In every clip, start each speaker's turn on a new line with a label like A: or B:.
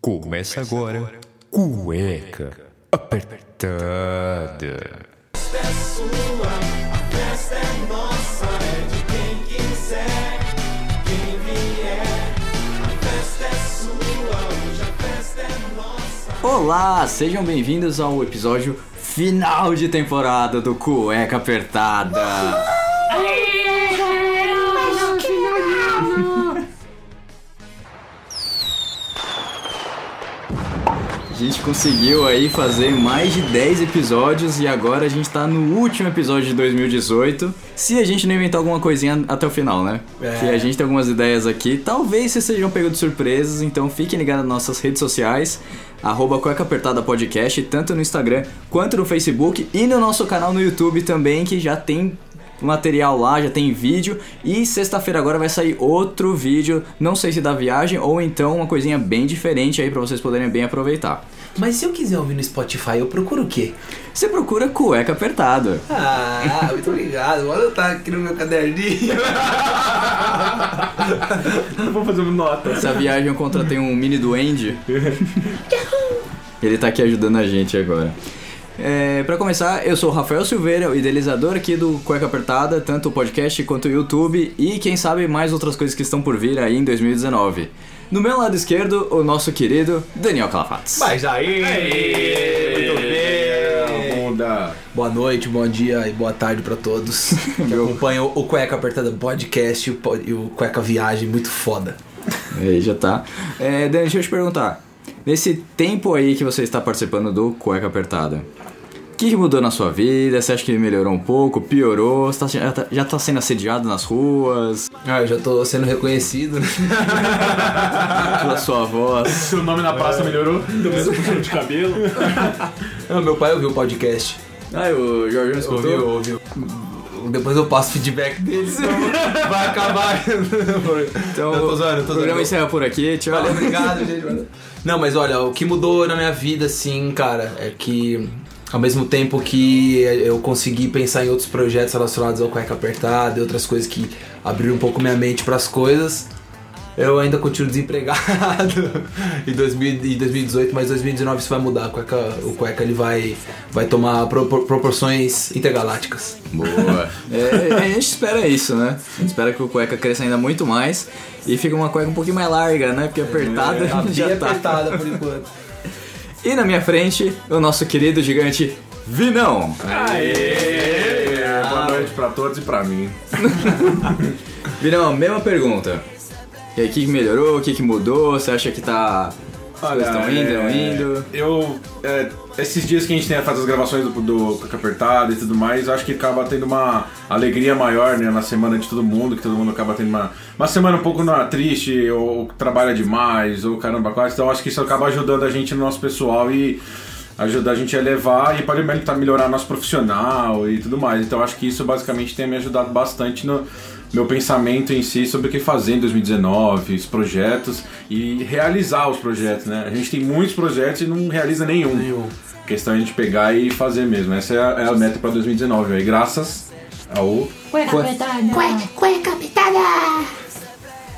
A: Começa agora Cueca Apertada.
B: é sua, a festa é nossa, é de quem quiser, quem vier. A festa é sua, hoje a festa é nossa.
C: Olá, sejam bem-vindos ao episódio final de temporada do Cueca Apertada. A gente conseguiu aí fazer mais de 10 episódios e agora a gente tá no último episódio de 2018. Se a gente não inventar alguma coisinha até o final, né? Que a gente tem algumas ideias aqui. Talvez vocês sejam pegos de surpresas, então fiquem ligados nas nossas redes sociais. Arroba Cueca Apertada Podcast, tanto no Instagram quanto no Facebook e no nosso canal no YouTube também, que já tem material lá, já tem vídeo. E sexta-feira agora vai sair outro vídeo, não sei se da viagem ou então uma coisinha bem diferente aí pra vocês poderem bem aproveitar.
D: Mas se eu quiser ouvir no Spotify, eu procuro o quê?
C: Você procura cueca apertada.
D: Ah, muito obrigado. Olha, eu tá aqui no meu caderninho.
E: Vou fazer uma nota.
C: Essa viagem eu contratei um mini duende. Ele tá aqui ajudando a gente agora. É, para começar, eu sou o Rafael Silveira, o idealizador aqui do Cueca Apertada, tanto o podcast quanto o YouTube e quem sabe mais outras coisas que estão por vir aí em 2019. No meu lado esquerdo, o nosso querido Daniel Calafates.
E: Mas aí! Muito bem! Bunda!
D: Boa noite, bom dia e boa tarde pra todos que acompanham o Cueca Apertada Podcast e o po- e o Cueca Viagem, muito foda.
C: Aí já tá. É, Dani, deixa eu te perguntar. Nesse tempo aí que você está participando do Cueca Apertada, o que, que mudou na sua vida? Você acha que melhorou um pouco? Piorou? Você tá se- já, tá, já tá sendo assediado nas ruas?
D: Ah, eu já tô sendo reconhecido. né?
C: Pela sua voz?
E: Seu nome na praça melhorou? Do mesmo puxão de cabelo?
D: Ah, meu pai ouviu o podcast.
C: Ah, o Jorge não
D: Ouviu, ouviu. Depois eu passo o feedback dele, senão vai acabar.
C: Então,
D: Eu tô zoando, eu tô
C: o programa
D: zoando.
C: encerra por aqui. Tchau.
D: Valeu, obrigado, gente. Valeu. Não, mas olha, o que mudou na minha vida, assim, cara, é que ao mesmo tempo que eu consegui pensar em outros projetos relacionados ao cueca apertada e outras coisas que abriram um pouco minha mente pras coisas, eu ainda continuo desempregado. em 2000 e 2018, mas 2019 isso vai mudar. O cueca, o cueca ele vai, vai tomar propor- proporções intergalácticas.
C: Boa. É, a gente espera isso, né? A gente espera que o cueca cresça ainda muito mais e fique uma cueca um pouquinho mais larga, né? Porque apertada já
D: Bem
C: tá.
D: É, apertada por enquanto.
C: E na minha frente, o nosso querido gigante Vinão.
E: Aê! É, Boa noite pra todos e pra mim.
C: Virão, mesma pergunta. E aí, o que que melhorou? O que que mudou? Você acha que tá. As coisas estão indo, não
E: é,
C: indo?
E: Eu. é, esses dias que a gente tem faz as gravações do, do Caca Apertada e tudo mais, eu acho que acaba tendo uma alegria maior né, na semana de todo mundo, que todo mundo acaba tendo uma, uma semana um pouco na, triste, ou, trabalha demais, ou caramba, quase. Então acho que isso acaba ajudando a gente no nosso pessoal e ajudar a gente a levar e pode melhorar, melhorar nosso profissional e tudo mais. Então acho que isso basicamente tem me ajudado bastante no meu pensamento em si sobre o que fazer em 2019, os projetos e realizar os projetos, né? A gente tem muitos projetos e não realiza nenhum. A questão é a gente pegar e fazer mesmo. Essa é a, é a meta para 2019, aí É graças ao
F: Cueca apertada.
G: Cueca, cueca apertada!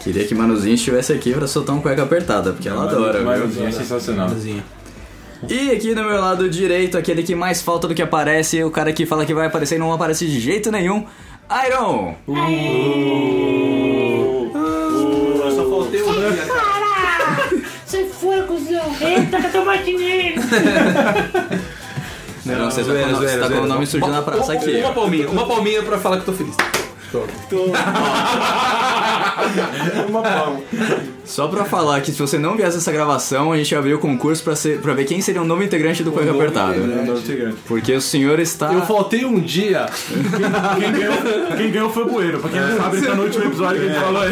C: Queria que Manuzinha estivesse aqui pra soltar um cueca apertada, porque ela adora. viu?
E: Maiorzinho, é sensacional.
C: E aqui do meu lado direito, aquele que mais falta do que aparece, o cara que fala que vai aparecer e não aparece de jeito nenhum, Iron!
F: Você foi, cuzão. Eita, que eu tô matinando.
C: Não, não, você tá com- você tá com o nome surgindo na praça aqui.
D: Uma palminha, uma palminha pra falar que eu tô feliz.
C: Só pra falar que se você não viesse essa gravação, a gente abriu o concurso pra, ser, pra ver quem seria o novo integrante do Cueca Apertada.
E: É
C: Porque o senhor está.
D: Eu faltei um dia.
E: Quem ganhou, quem ganhou foi o Bueiro, pra quem não sabe, ele tá no último episódio que a gente falou aí.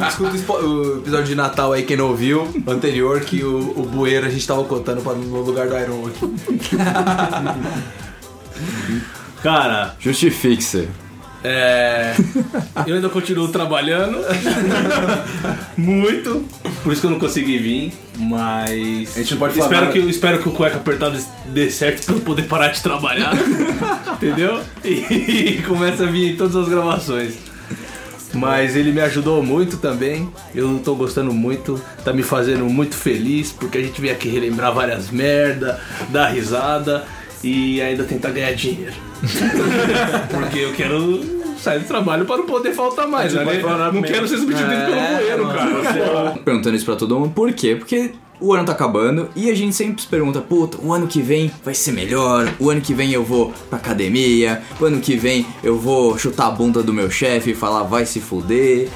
D: É. Escuta o spo- o episódio de Natal aí, quem não ouviu, anterior, que o, o bueiro a gente tava contando pra, no lugar do Iron Man.
H: Cara,
C: Justifique-se.
H: é. eu ainda continuo trabalhando. Muito. Por isso que eu não consegui vir, mas.
E: A gente não pode falar
H: espero
E: nada.
H: que, espero que o cueca apertado dê certo pra eu poder parar de trabalhar. entendeu? E, começa a vir todas as gravações. Mas ele me ajudou muito também. Eu tô gostando muito, tá me fazendo muito feliz, porque a gente veio aqui relembrar várias merda, dar risada e ainda tentar ganhar dinheiro. porque eu quero sair do trabalho para não poder faltar mais. né?
E: pode falar nada
H: Não
E: mesmo.
H: quero ser substituído pelo goleiro, cara.
C: Perguntando isso pra todo mundo, por quê? Porque o ano tá acabando e a gente sempre se pergunta, puta, o ano que vem vai ser melhor, o ano que vem eu vou pra academia, o ano que vem eu vou chutar a bunda do meu chefe e falar vai se fuder.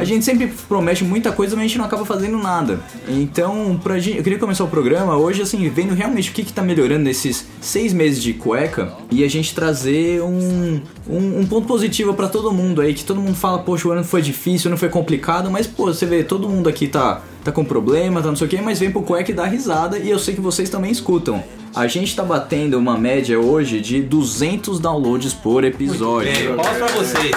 C: A gente sempre promete muita coisa, mas a gente não acaba fazendo nada. Então, pra gente, eu queria começar o programa hoje, assim, vendo realmente o que, que tá melhorando nesses seis meses de cueca e a gente trazer um, um, um ponto positivo pra todo mundo aí, que todo mundo fala, poxa, o ano foi difícil, o ano foi complicado, mas, pô, você vê, todo mundo aqui tá, tá com problema, tá não sei o quê, mas vem pro cueca e dá risada e eu sei que vocês também escutam. A gente tá batendo uma média hoje de 200 downloads por episódio.
D: Palmas pra vocês.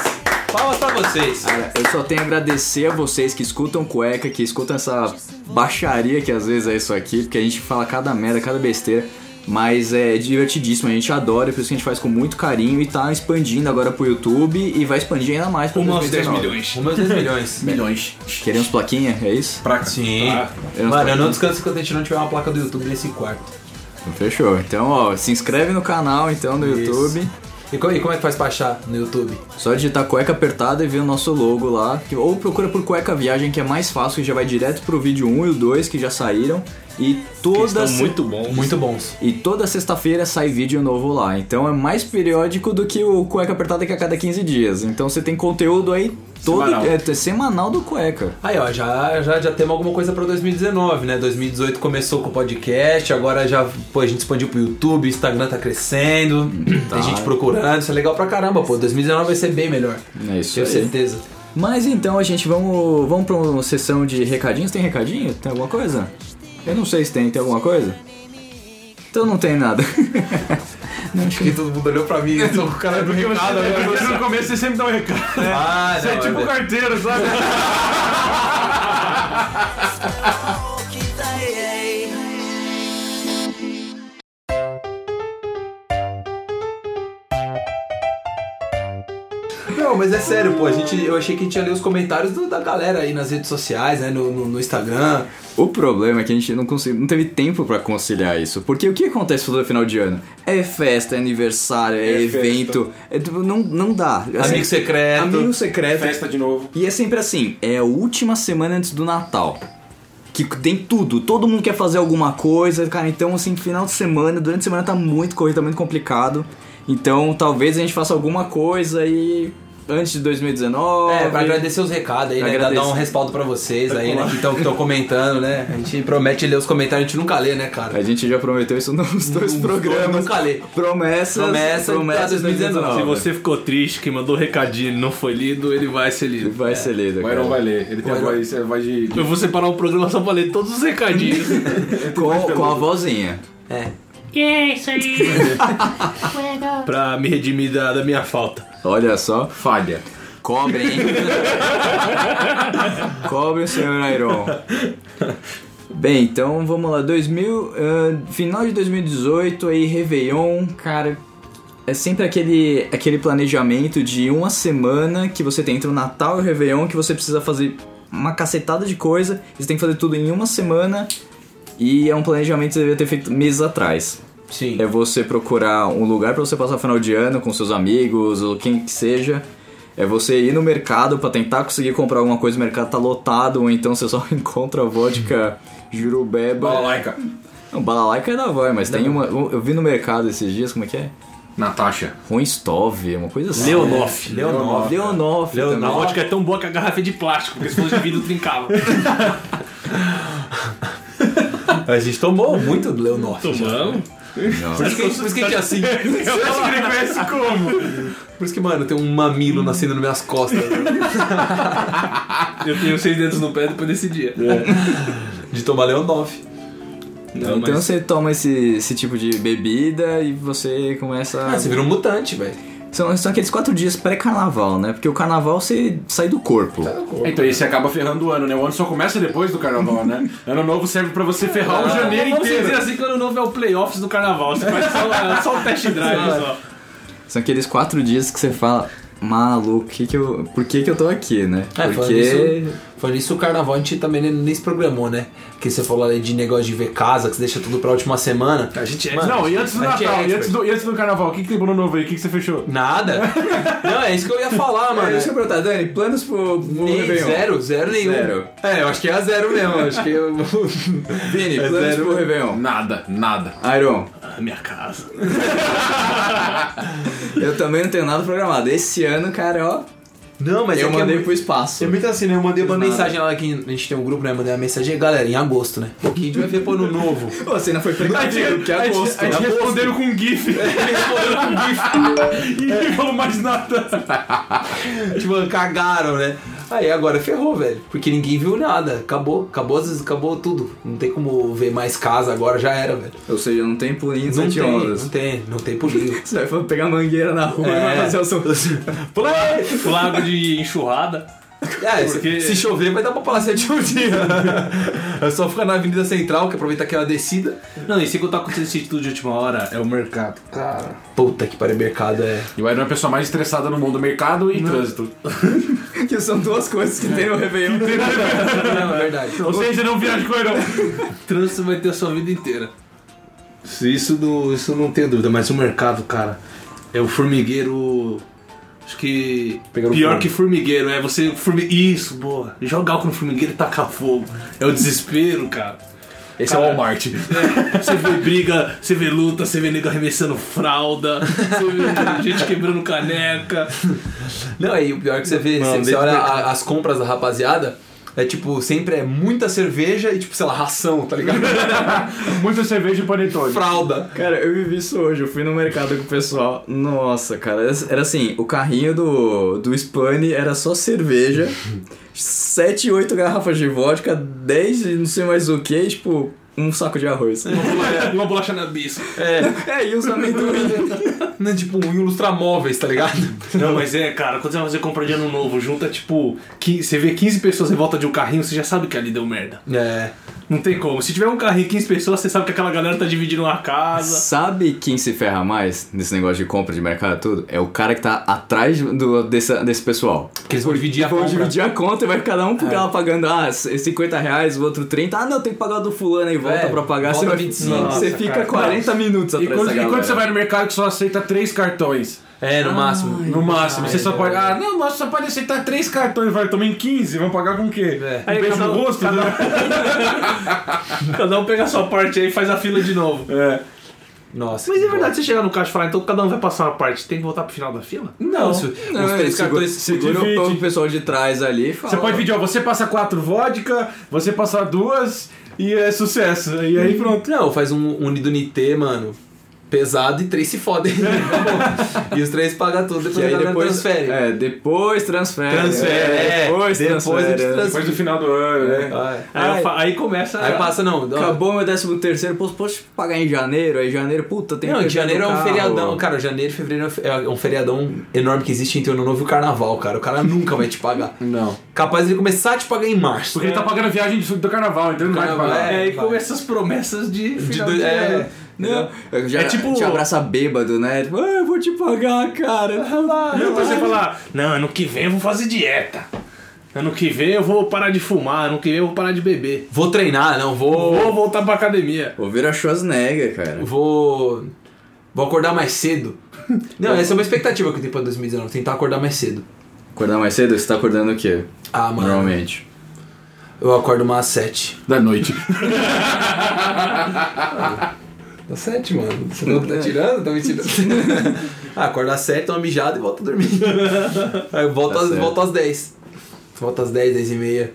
D: Palmas pra vocês.
C: Eu só tenho a agradecer a vocês que escutam cueca, que escutam essa baixaria que às vezes é isso aqui, porque a gente fala cada merda, cada besteira. Mas é divertidíssimo, a gente adora, por isso que a gente faz com muito carinho e tá expandindo agora pro YouTube e vai expandir ainda mais pro
H: O nosso 10
C: 2019.
H: milhões.
D: Os meus 10 milhões.
H: Milhões.
C: Queremos plaquinha, é isso?
E: Pra
D: Sim.
E: pra-
C: Queremos
D: Mano, eu
C: plaquinha?
D: não descanso enquanto a gente não tiver uma placa do YouTube nesse quarto.
C: Fechou. Então, ó, se inscreve no canal então no YouTube.
D: E co- e como é que faz pra achar no YouTube?
C: Só digitar cueca apertada e ver o nosso logo lá. que- Ou procura por cueca viagem, que é mais fácil, que já vai direto pro vídeo 1 e o 2 que já saíram. E
H: Estão
C: todas.
H: muito bons.
D: Muito bons.
C: E toda sexta-feira sai vídeo novo lá. Então é mais periódico do que o cueca apertada que é a cada 15 dias. Então você tem conteúdo aí todo
E: Semanal.
C: é, é semanal do cueca.
D: Aí, ó, já, já, já temos alguma coisa pra 2019, né? 2018 começou com o podcast, agora já pô, a gente expandiu pro YouTube, o Instagram tá crescendo,
C: Uhum. Tá.
D: tem gente procurando, isso é legal pra caramba, pô. 2019 vai ser bem melhor.
C: É isso
D: Tenho
C: aí.
D: certeza.
C: Mas então a gente vamos vamos para uma sessão de recadinhos. Tem recadinho? Tem alguma coisa? Eu não sei se tem, tem alguma coisa? Então não tem nada. não, acho que
D: Porque todo mundo olhou pra mim, eu tô com o cara do recado
E: É
D: agora.
E: porque no começo você sempre dá um recado.
D: Ah,
E: Você é
D: não,
E: tipo
D: é-
E: carteiro, sabe?
D: Não, mas é sério, pô. A gente, eu achei que a gente ia ler os comentários do- da galera aí nas redes sociais, né? No, no- no Instagram.
C: O problema é que a gente não conseguiu, não teve tempo pra conciliar isso. Porque o que acontece todo final de ano? É festa, é aniversário, é, evento. é tipo, não, não dá. Assim,
D: Amigo secreto.
C: Amigo secreto.
E: Festa de novo.
C: E é sempre assim, é a última semana antes do Natal. Que tem tudo, todo mundo quer fazer alguma coisa, cara. Então, assim, final de semana, durante a semana tá muito corrido, tá muito complicado. Então, talvez a gente faça alguma coisa aí antes de 2019.
D: É, pra agradecer os recados aí, né?
C: Agradecer.
D: Dar um respaldo pra vocês aí, né? Que estão comentando, né? A gente promete ler os comentários, a gente nunca lê, né, cara?
C: A gente já prometeu isso nos dois programas.
D: nunca lê.
C: Promessas.
D: Promessa pra 2019.
C: Se
H: Se
C: você
H: você ficou triste que mandou recadinho e não foi lido, ele vai ser lido.
C: É. vai ser lido,
E: O Iron
C: cara.
E: vai ler. Ele tem a voz, a voz de.
H: Eu vou separar o programa só pra ler todos os recadinhos.
C: Com, com a vozinha.
D: É.
F: Que é isso aí?
G: Cueca.
H: pra me redimir da, da minha falta.
C: Olha só.
E: Falha.
C: Cobre, hein? Cobre o senhor Iron. Bem, então vamos lá. 2000, ah, final de 2018 aí, Réveillon, cara. É sempre aquele, aquele planejamento de uma semana que você tem entre o Natal e o Réveillon que você precisa fazer uma cacetada de coisa. Você tem que fazer tudo em uma semana. E é um planejamento que você deveria ter feito meses atrás.
D: Sim.
C: É você procurar um lugar pra você passar o final de ano com seus amigos ou quem que seja. É você ir no mercado pra tentar conseguir comprar alguma coisa, o mercado tá lotado, ou então você só encontra vodka jurubeba.
E: Balaica.
C: Não, balalaica é da vai, mas tem uma. um, Eu vi no mercado esses dias, como é que é?
E: Natasha.
C: Ruinstov, uma coisa assim.
H: Leonoff.
E: Leonoff.
C: Leonoff.
H: A
C: também.
H: vodka é tão boa que a garrafa é de plástico, porque se fosse de vidro trincava.
D: A gente tomou muito do Leonor.
H: Tomamos.
D: Por isso que, por isso que a gente é assim.
H: Eu acho que ele conhece como.
D: Por isso que, mano, tem um mamilo nascendo nas minhas costas. né?
H: Eu tenho seis dedos no pé depois desse dia.
D: De tomar Leonor.
H: Não,
C: então
H: mas-
C: você toma esse, esse tipo de bebida e você começa.
D: Ah, você vira um mutante, velho.
C: são, são aqueles quatro dias pré-carnaval, né? Porque o carnaval você sai do corpo.
E: Então isso acaba ferrando o ano, né? O ano só começa depois do carnaval, né? Ano novo serve pra você ferrar o janeiro
H: Vamos dizer
E: inteiro.
H: assim que o ano novo é o playoffs do carnaval. Você faz só, só o é um test drive só.
C: São aqueles quatro dias que você fala. maluco, que que eu, por que, que eu tô aqui, né?
D: É, falando
C: Porque.
D: nisso, falando nisso, o carnaval a gente também nem, nem se programou, né? Que você falou ali de negócio de ver casa, que você deixa tudo pra última semana. A gente é.
E: Não, e antes do
D: a gente
E: Natal,
D: é
E: e,
D: expert.
E: antes do, e antes do carnaval, o que, que tem pro ano novo aí? O que, que você fechou?
D: Nada. Não, é isso que eu ia falar, mano.
C: É, deixa eu perguntar, Dani, planos pro, pro
D: Nem
C: Réveillon?
D: zero, zero nenhum.
C: Zero.
D: É, eu acho que é a zero mesmo. eu Acho que eu.
C: Vini, planos
D: É zero.
C: pro Réveillon.
E: Nada, nada.
C: Iron,
H: A minha casa.
C: eu também não tenho nada programado. Esse ano, cara, ó,
D: Não, mas
C: eu
D: é que é
C: mandei
D: muito-
C: pro espaço.
D: Eu me assim, né? Eu mandei uma
C: Nada.
D: mensagem lá que a gente tem um grupo, né? Mandei uma mensagem, galera, em agosto, né? O que a gente vai ver pro ano novo?
C: Pô, você não foi precavido, que é agosto.
E: A gente respondeu com um GIF.
H: um
E: E
C: É.
E: não falou mais nada.
D: tipo, cagaram, né? Aí agora ferrou, velho. Porque ninguém viu nada. Acabou, acabou, às vezes acabou tudo. Não tem como ver mais casa agora, já era, velho.
C: Ou seja, não tem pulinho de
D: Não
C: sete
D: tem,
C: ondas.
D: não tem, não tem pulinho.
C: Você vai pegar mangueira na rua e vai
D: É.
C: fazer o som.
H: O lago de enxurrada.
D: É, se-
H: Porque-
D: se chover vai dar pra pular sete um dia. É só ficar na Avenida Central, que aproveita aquela descida.
H: Não, e se contar com esse título de última hora, é o mercado.
D: Puta que pariu, mercado é.
E: E o Iron é a pessoa mais estressada no mundo, mercado e trânsito.
C: Que são duas coisas que tem no Réveillon.
D: Não, é verdade.
E: Ou seja, não viaja com o Iron.
H: Trânsito vai ter a sua vida inteira. Isso não, isso não tem dúvida, mas o mercado, cara, é o formigueiro. Acho que.
D: Pegaram
H: pior
D: fogo.
H: que formigueiro, é você. Formi... Isso, boa. Jogar álcool no formigueiro e tacar fogo. É o desespero, cara.
D: Esse é o Walmart.
H: Você vê briga, você vê luta, você vê nego arremessando fralda, você vê gente quebrando caneca.
D: Não, aí o pior é que você vê, você, você
H: desde
D: olha
H: o
D: a- as compras da rapaziada, é tipo, sempre é muita cerveja e tipo, sei lá, ração, tá ligado?
E: Muita cerveja e panetone.
D: Fralda.
C: Cara, eu vivi isso hoje, eu fui no mercado com o pessoal. Nossa, cara, era- era assim, o carrinho do, do Spani era só cerveja, 7, 8 garrafas de vodka, 10 e não sei mais o que, tipo, um saco de arroz.
H: Uma bolacha na bisca.
C: é, e os amendoim.
D: Não, tipo, um ilustramóveis, tá ligado?
H: Não, mas é, cara, quando você vai fazer compra de ano novo, junta tipo. 15, você vê 15 pessoas em volta de um carrinho, você já sabe que ali deu merda.
D: É.
H: Não tem como. Se tiver um carrinho e 15 pessoas, você sabe que aquela galera tá dividindo uma casa.
C: Sabe quem se ferra mais nesse negócio de compra de mercado e tudo? É o cara que tá atrás do, desse, desse pessoal.
D: Porque eles vão dividir a
C: Vão
D: compra. É.
C: dividir a conta e vai cada um ficar pagando ah, 50 reais, o outro 30. Ah, não, tem que pagar o do fulano aí, volta
D: É,
C: pra pagar.
D: volta
C: você
D: 25.
C: vai, você
D: Nossa,
C: fica
D: cara.
C: 40 minutos
E: E
C: atrás
E: quando,
C: dessa
E: e
C: galera.
E: quando você vai no mercado que só aceita três cartões?
D: É, no máximo.
E: No máximo, você só pode. Ah, não, nossa, só pode aceitar três cartões, vai, tomei 15, vão pagar com o quê?
D: É.
E: Um beijo no
H: cada um-
E: rosto? né?
H: Cada um pega a sua parte aí e faz a fila de novo.
E: É.
D: Nossa.
H: Mas
D: que
H: é verdade, você chegar no caixa e falar, então cada um vai passar uma parte, tem que voltar pro final da fila?
D: bosta. Não, se-
C: Não, é,
D: os três
C: segura,
D: cartões.
C: segura um
E: divide.
C: o pão do pessoal de trás ali e fala.
E: Você pode pedir, ó, você passa quatro vodka, você passa duas e é sucesso. E aí pronto.
D: Não, faz um unido Nitê, mano. Pesado e três se fodem. Tá bom. e os três pagam tudo, depois
C: que
D: a
C: aí
D: galera
C: depois
D: transfere.
C: É, depois transfere.
D: Transfere,
C: É,
D: é.
C: depois
D: Depois
C: transfere.
D: eles trans-
E: Depois do final do ano, né?
D: Ah, é.
H: Aí, eu
C: Ai.
H: fa- aí começa.
D: Aí passa, não. dá-
C: Acabou meu 13 terceiro, posso, posso pagar em janeiro? Aí janeiro, puta, tem
D: Não,
C: que
D: janeiro é um
C: carro.
D: feriadão, cara. Janeiro e fevereiro é um fe- é um feriadão enorme que existe entre o ano novo e o carnaval, cara. O cara nunca vai te pagar.
E: Não.
D: Capaz de ele começar a te pagar em março.
E: Porque ele tá pagando a viagem do, do carnaval, então ele não vai
D: Carnaval,
E: pagar.
H: É, aí
D: vai.
H: começa as promessas de
D: de
H: final de,
D: dois,
H: ano.
D: é,
C: Não, eu já,
H: É tipo-
C: Te abraça bêbado, né? Tipo, ah, eu vou te pagar, cara.
H: Não, pra você falar, não, ano que vem eu vou fazer dieta. Ano que vem eu vou parar de fumar, ano que vem eu vou parar de beber.
D: vou treinar, não, vou.
H: Vou voltar pra academia.
C: Vou virar Schwarzenegger, cara.
D: Vou. Vou acordar mais cedo. Não, essa é uma expectativa que eu tenho pra 2019, tentar acordar mais cedo.
C: Acordar mais cedo? Você tá acordando o quê?
D: Ah, mano.
C: Normalmente.
D: Eu acordo umas sete.
E: Da noite.
D: Dá sete, mano. Tá Você não tá tirando? Tá me tirando. ah, acordo às sete, dou uma mijada e volto a dormir. Aí eu volto,
C: Tá
D: às,
C: certo.
D: volto às dez. Volto às dez, dez e meia.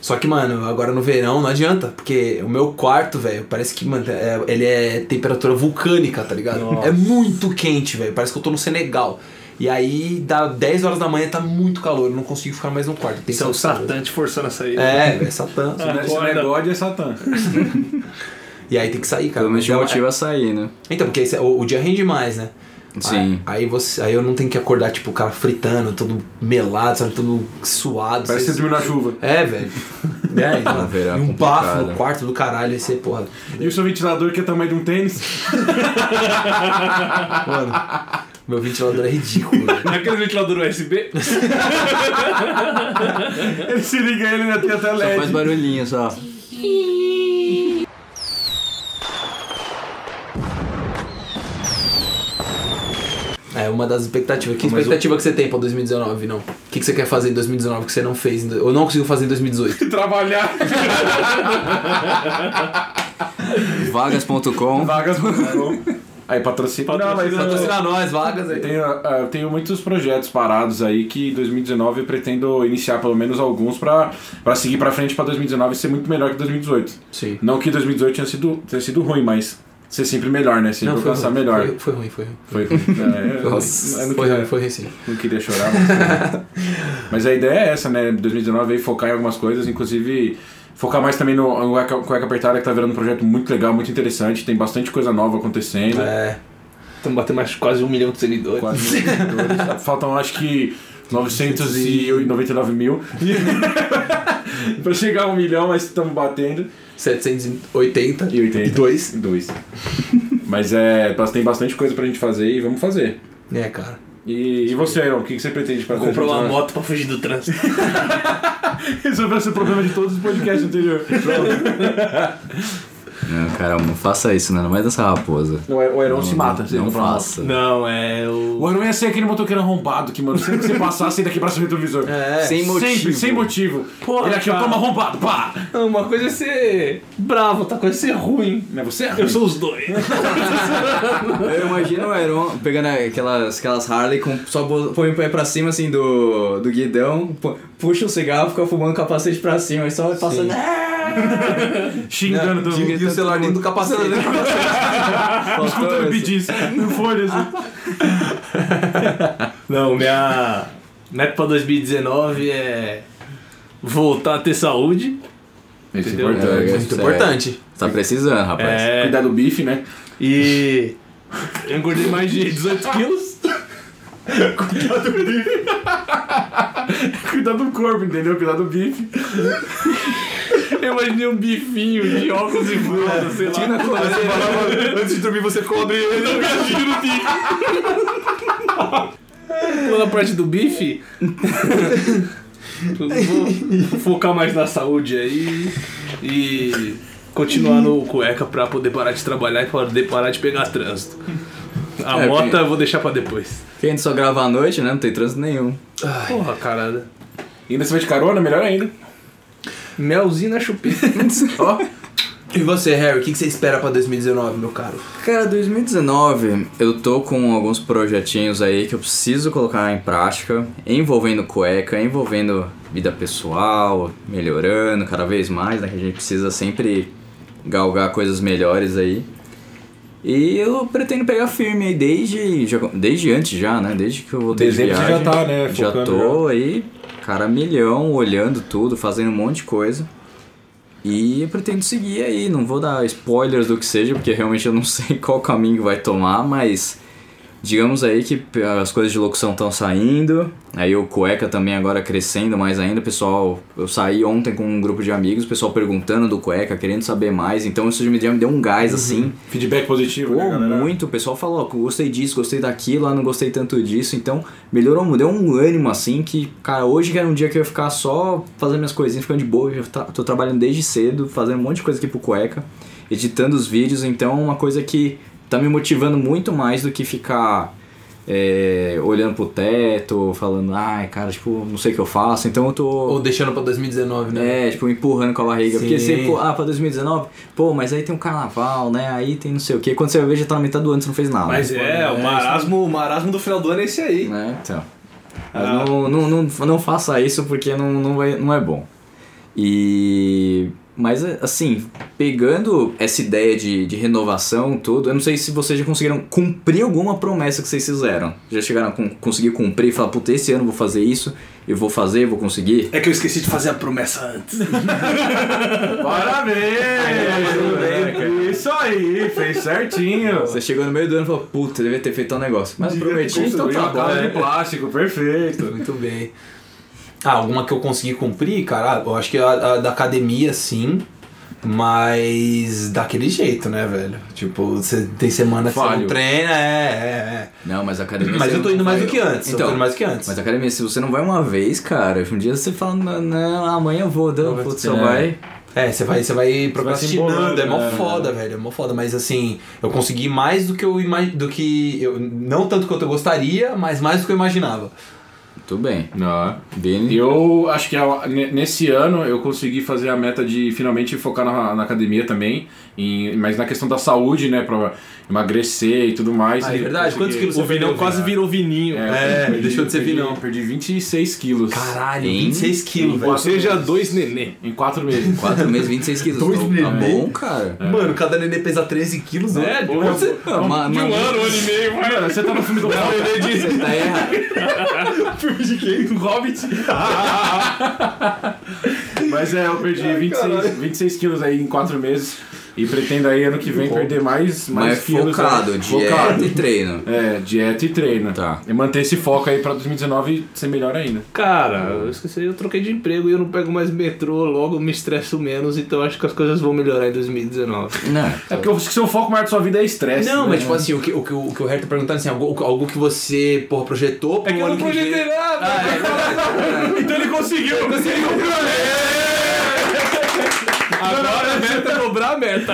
D: Só que, mano, agora no verão não adianta, porque o meu quarto, velho, parece que, mano, é- ele é temperatura vulcânica, tá ligado? É muito quente, velho. Parece que eu tô no Senegal. E aí, dá 10 horas da manhã, tá muito calor. Eu não consigo ficar mais no quarto. Tem um
H: Isso é o Satã te forçando a sair.
D: É, velho, Satã.
E: Esse
H: Acorda.
E: negócio é Satã.
D: E aí tem que sair, cara.
C: Pelo menos
D: Então,
C: o motivo é sair, né?
D: Então, porque esse- o, o dia rende mais, né?
C: Sim.
D: Aí, aí você, aí eu não tenho que acordar, tipo, o cara fritando, todo melado, sabe? Todo suado.
E: Parece que você
D: sabe?
E: dormiu na chuva.
D: É, velho. É, então,
C: verão é
D: e um bafo no
C: complicado.
D: quarto do caralho, esse porra.
E: E o seu ventilador que é tamanho de um tênis?
D: Mano, Meu ventilador é ridículo. velho.
H: Naquele ventilador USB.
E: Ele se liga ele na teta é
C: Só
E: LED.
C: faz barulhinho só.
D: É uma das expectativas. Que expectativa que você tem pra 2019, não? O que, que você quer fazer em 2019 que você não fez, em do- ou não conseguiu fazer em 2018?
E: Trabalhar.
C: Vagas.com.
E: Vagas. Aí patrocina. Não, mas eu-
D: Patrocina nós, vagas
E: eu
D: aí.
E: tenho, ah, eu tenho muitos projetos parados aí que em 2019 eu pretendo iniciar pelo menos alguns pra pra seguir pra frente pra 2019 ser muito melhor que 2018.
D: Sim.
E: Não que 2018 tenha sido, tenha sido ruim, mas ser sempre melhor, né? Sempre alcançar
D: ruim,
E: melhor.
D: Foi, foi ruim, foi ruim.
E: Foi. É, eu-
D: Nossa,
E: eu não,
D: foi ruim,
E: queria,
D: foi ruim sim.
E: não queria chorar, mas, mas a ideia é essa, né? 2019 aí focar em algumas coisas, inclusive focar mais também no, no Cueca Cueca Apertada, que tá virando um projeto muito legal, muito interessante, tem bastante coisa nova acontecendo.
D: É.
H: Estamos batendo mais quase um milhão de seguidores.
E: Quase mil seguidores. Faltam acho que 999 mil pra chegar a um milhão, mas estamos batendo.
D: 780.
E: E 80. dois. Dois. mas é, mas tem bastante coisa pra gente fazer e vamos fazer.
D: É, cara.
E: E, e você, Aaron, o que que você pretende fazer?
H: Comprou uma
E: Você- tá-
H: moto pra fugir do trânsito.
E: Esse vai ser o problema de todos os podcasts anteriores.
C: Não, cara, não faça isso, né? Não vai dançar raposa.
E: Não, o Heron se mata. se ele
C: Não
E: comprar uma moto.
C: faça.
H: Não, é o.
E: O Heron ia ser aquele motoqueiro arrombado que, mano, sempre que você passasse, ele ia quebrar seu retrovisor.
D: É.
C: Sem motivo.
E: Sempre, sem motivo.
H: Porra,
E: ele aqui, eu
H: cara.
E: tomo arrombado, pá!
H: Não, uma coisa é ser bravo, outra coisa é ser ruim.
E: Não é você?
H: Eu sou os dois.
C: Eu imagino o Heron pegando aquelas, aquelas Harley, com, só bo- põe o pé pra cima, assim, do, do guidão, pu- puxa o cigarro, fica fumando o capacete pra cima, e só passando... né?
E: xingando todo mundo.
D: E o celular dentro do capacete.
E: Escutando
C: Faltou esse. É,
E: pedis
H: assim.
E: no folhas.
H: Não, minha meta pra 2019 é voltar a ter saúde.
E: Isso
H: Entendeu?
C: É,
D: Muito importante.
C: Tá precisando, rapaz.
H: É,
E: Cuidar do bife, né?
H: e eu engordei mais de 18 quilos.
E: Cuidar do corpo, entendeu? Cuidar do bife.
H: Eu imaginei um bifinho de óculos e frutas, sei lá.
E: Antes de dormir, você cobre ele.
H: Pela parte do bife, eu vou focar mais na saúde aí e continuar no cueca pra poder parar de trabalhar e poder parar de pegar trânsito. A
C: É,
H: moto
C: porque-
H: eu vou deixar pra depois.
C: Porque a gente só grava à noite, né? Não tem trânsito nenhum.
H: Porra, caralho.
E: Ainda você vai de carona, melhor ainda.
H: Melzinho na chupeta.
D: E você, Harry, o que, que você espera pra 2019, meu caro?
C: Cara, 2019, eu tô com alguns projetinhos aí que eu preciso colocar em prática, envolvendo cueca, envolvendo vida pessoal, melhorando cada vez mais, né? Que a gente precisa sempre galgar coisas melhores aí. E eu pretendo pegar firme aí desde, já- desde antes já, né? Desde que eu voltei
E: Dezembro
C: de
E: você
C: viagem.
E: já tá, né?
C: Já
E: Focando
C: tô aí, cara, milhão, olhando tudo, fazendo um monte de coisa. E eu pretendo seguir aí, não vou dar spoilers do que seja, porque realmente eu não sei qual caminho que vai tomar, mas digamos aí que p- as coisas de locução estão saindo, aí o cueca também agora crescendo mais ainda, o pessoal, eu saí ontem com um grupo de amigos, o pessoal perguntando do cueca, querendo saber mais, então isso me deu me deu um gás assim.
E: Feedback positivo,
C: Pô,
E: né, galera?
C: muito, o pessoal falou, ó, gostei disso, gostei daquilo, ah, não gostei tanto disso, então melhorou, me deu um ânimo assim que, cara, hoje que era um dia que eu ia ficar só fazendo minhas coisinhas, ficando de boa, eu tá- tô trabalhando desde cedo, fazendo um monte de coisa aqui pro cueca, editando os vídeos, então é uma coisa que tá me motivando muito mais do que ficar é, olhando pro teto, falando, ai, cara, tipo, não sei o que eu faço, então eu tô.
D: Ou deixando pra 2019, né?
C: É, tipo, empurrando com a barriga.
D: Sim.
C: Porque você, pô, ah, pra 2019, pô, mas aí tem um carnaval, né? Aí tem não sei o quê. Quando você vê, já tá na metade do ano, você não fez nada.
H: Mas é, o marasmo, o marasmo do final do ano é esse aí.
C: Né, então. Mas não, não, não, não faça isso porque não, não, vai, não é bom. E. Mas, é, assim, pegando essa ideia de, de renovação, tudo, eu não sei se vocês já conseguiram cumprir alguma promessa que vocês fizeram. Já chegaram a con- conseguir cumprir e falar, puta, esse ano eu vou fazer isso, eu vou fazer, vou conseguir.
H: É que eu esqueci de fazer a promessa antes.
E: Parabéns! Isso aí, fez certinho.
C: Você chegou no meio do ano e falou, puta, devia ter feito tal negócio. Mas prometi, então
E: Construiu
C: tá
E: uma
C: bom.
E: casa
C: né?
E: de plástico, perfeito.
D: Muito bem. Ah, alguma que eu consegui cumprir, cara, ah, eu acho que a, a da academia, sim. Mas daquele jeito, né, velho? Tipo, você tem semana que você
E: Falho.
D: não treina, é, é, é.
C: Não, mas a academia.
D: Mas
C: você
D: eu tô
C: não
D: indo mais
C: vai-
D: do que antes, eu tô indo mais do que antes.
C: Mas a academia, se você não vai uma vez, cara, um dia você fala, não, não, amanhã eu vou, deu, putz, só
D: É.
C: vai.
D: É, você vai, você vai procrastinando,
E: embolando,
D: é mó
E: né?
D: foda, velho, é mó foda, mas assim, eu consegui mais do que eu imag... do que eu não tanto quanto eu gostaria, mas mais do que eu imaginava.
C: Tudo bem.
E: Não.
C: Bem,
E: Eu acho que a- ne- nesse ano eu consegui fazer a meta de finalmente focar na, na academia também, em- mas na questão da saúde, né, pra emagrecer e tudo mais.
D: Ah, é
E: E
H: Tá,
D: verdade,
E: consegui-
D: quantos quilos você
H: O Vinão
D: perdeu,
H: quase
D: cara?
H: virou Vininho.
D: É,
E: perdi-
D: deixou de ser
E: perdi-
D: vilão.
E: Perdi 26 quilos.
D: Caralho,
C: Hein?
D: 26 quilos,
H: Ou
D: velho.
H: seja, dois nenê.
E: Em quatro meses.
C: 4 meses, 26 quilos.
D: Dois
C: tá, tá
D: neném.
C: bom, cara.
D: Mano, cada nenê pesa 13 quilos, né?
E: Pô,
D: Você-
C: Ah, ma- ma-
E: ano, É, um ano e meio, mano. Você tá no filme do Hobbit.
C: Você tá
D: é,
C: errado.
E: Do
D: um
E: Hobbit. Mas é, eu perdi 26, 26 quilos aí em quatro meses. E pretendo aí ano que vem perder mais, mais
D: é
C: Mas
E: quilos.
C: focado,
E: né?
C: dieta e treino.
E: É, dieta e treino.
C: Tá.
E: E manter esse foco aí pra 2019 ser melhor ainda.
H: Cara, eu esqueci, eu troquei de emprego e eu não pego mais metrô, logo eu me estresso menos, então acho que as coisas vão melhorar em 2019.
C: Não.
E: É porque eu acho que seu foco maior da sua vida é estresse.
D: Não,
E: né?
D: mas tipo assim, o que o, que, o, que o Hertha perguntando assim, algo, algo que você, porra, projetou pro Ah,
E: É que eu
D: ano
E: não
D: que vem.
E: projetei nada.
D: é,
E: então ele conseguiu. Conseguiu.
H: Agora a meta é dobrar a meta.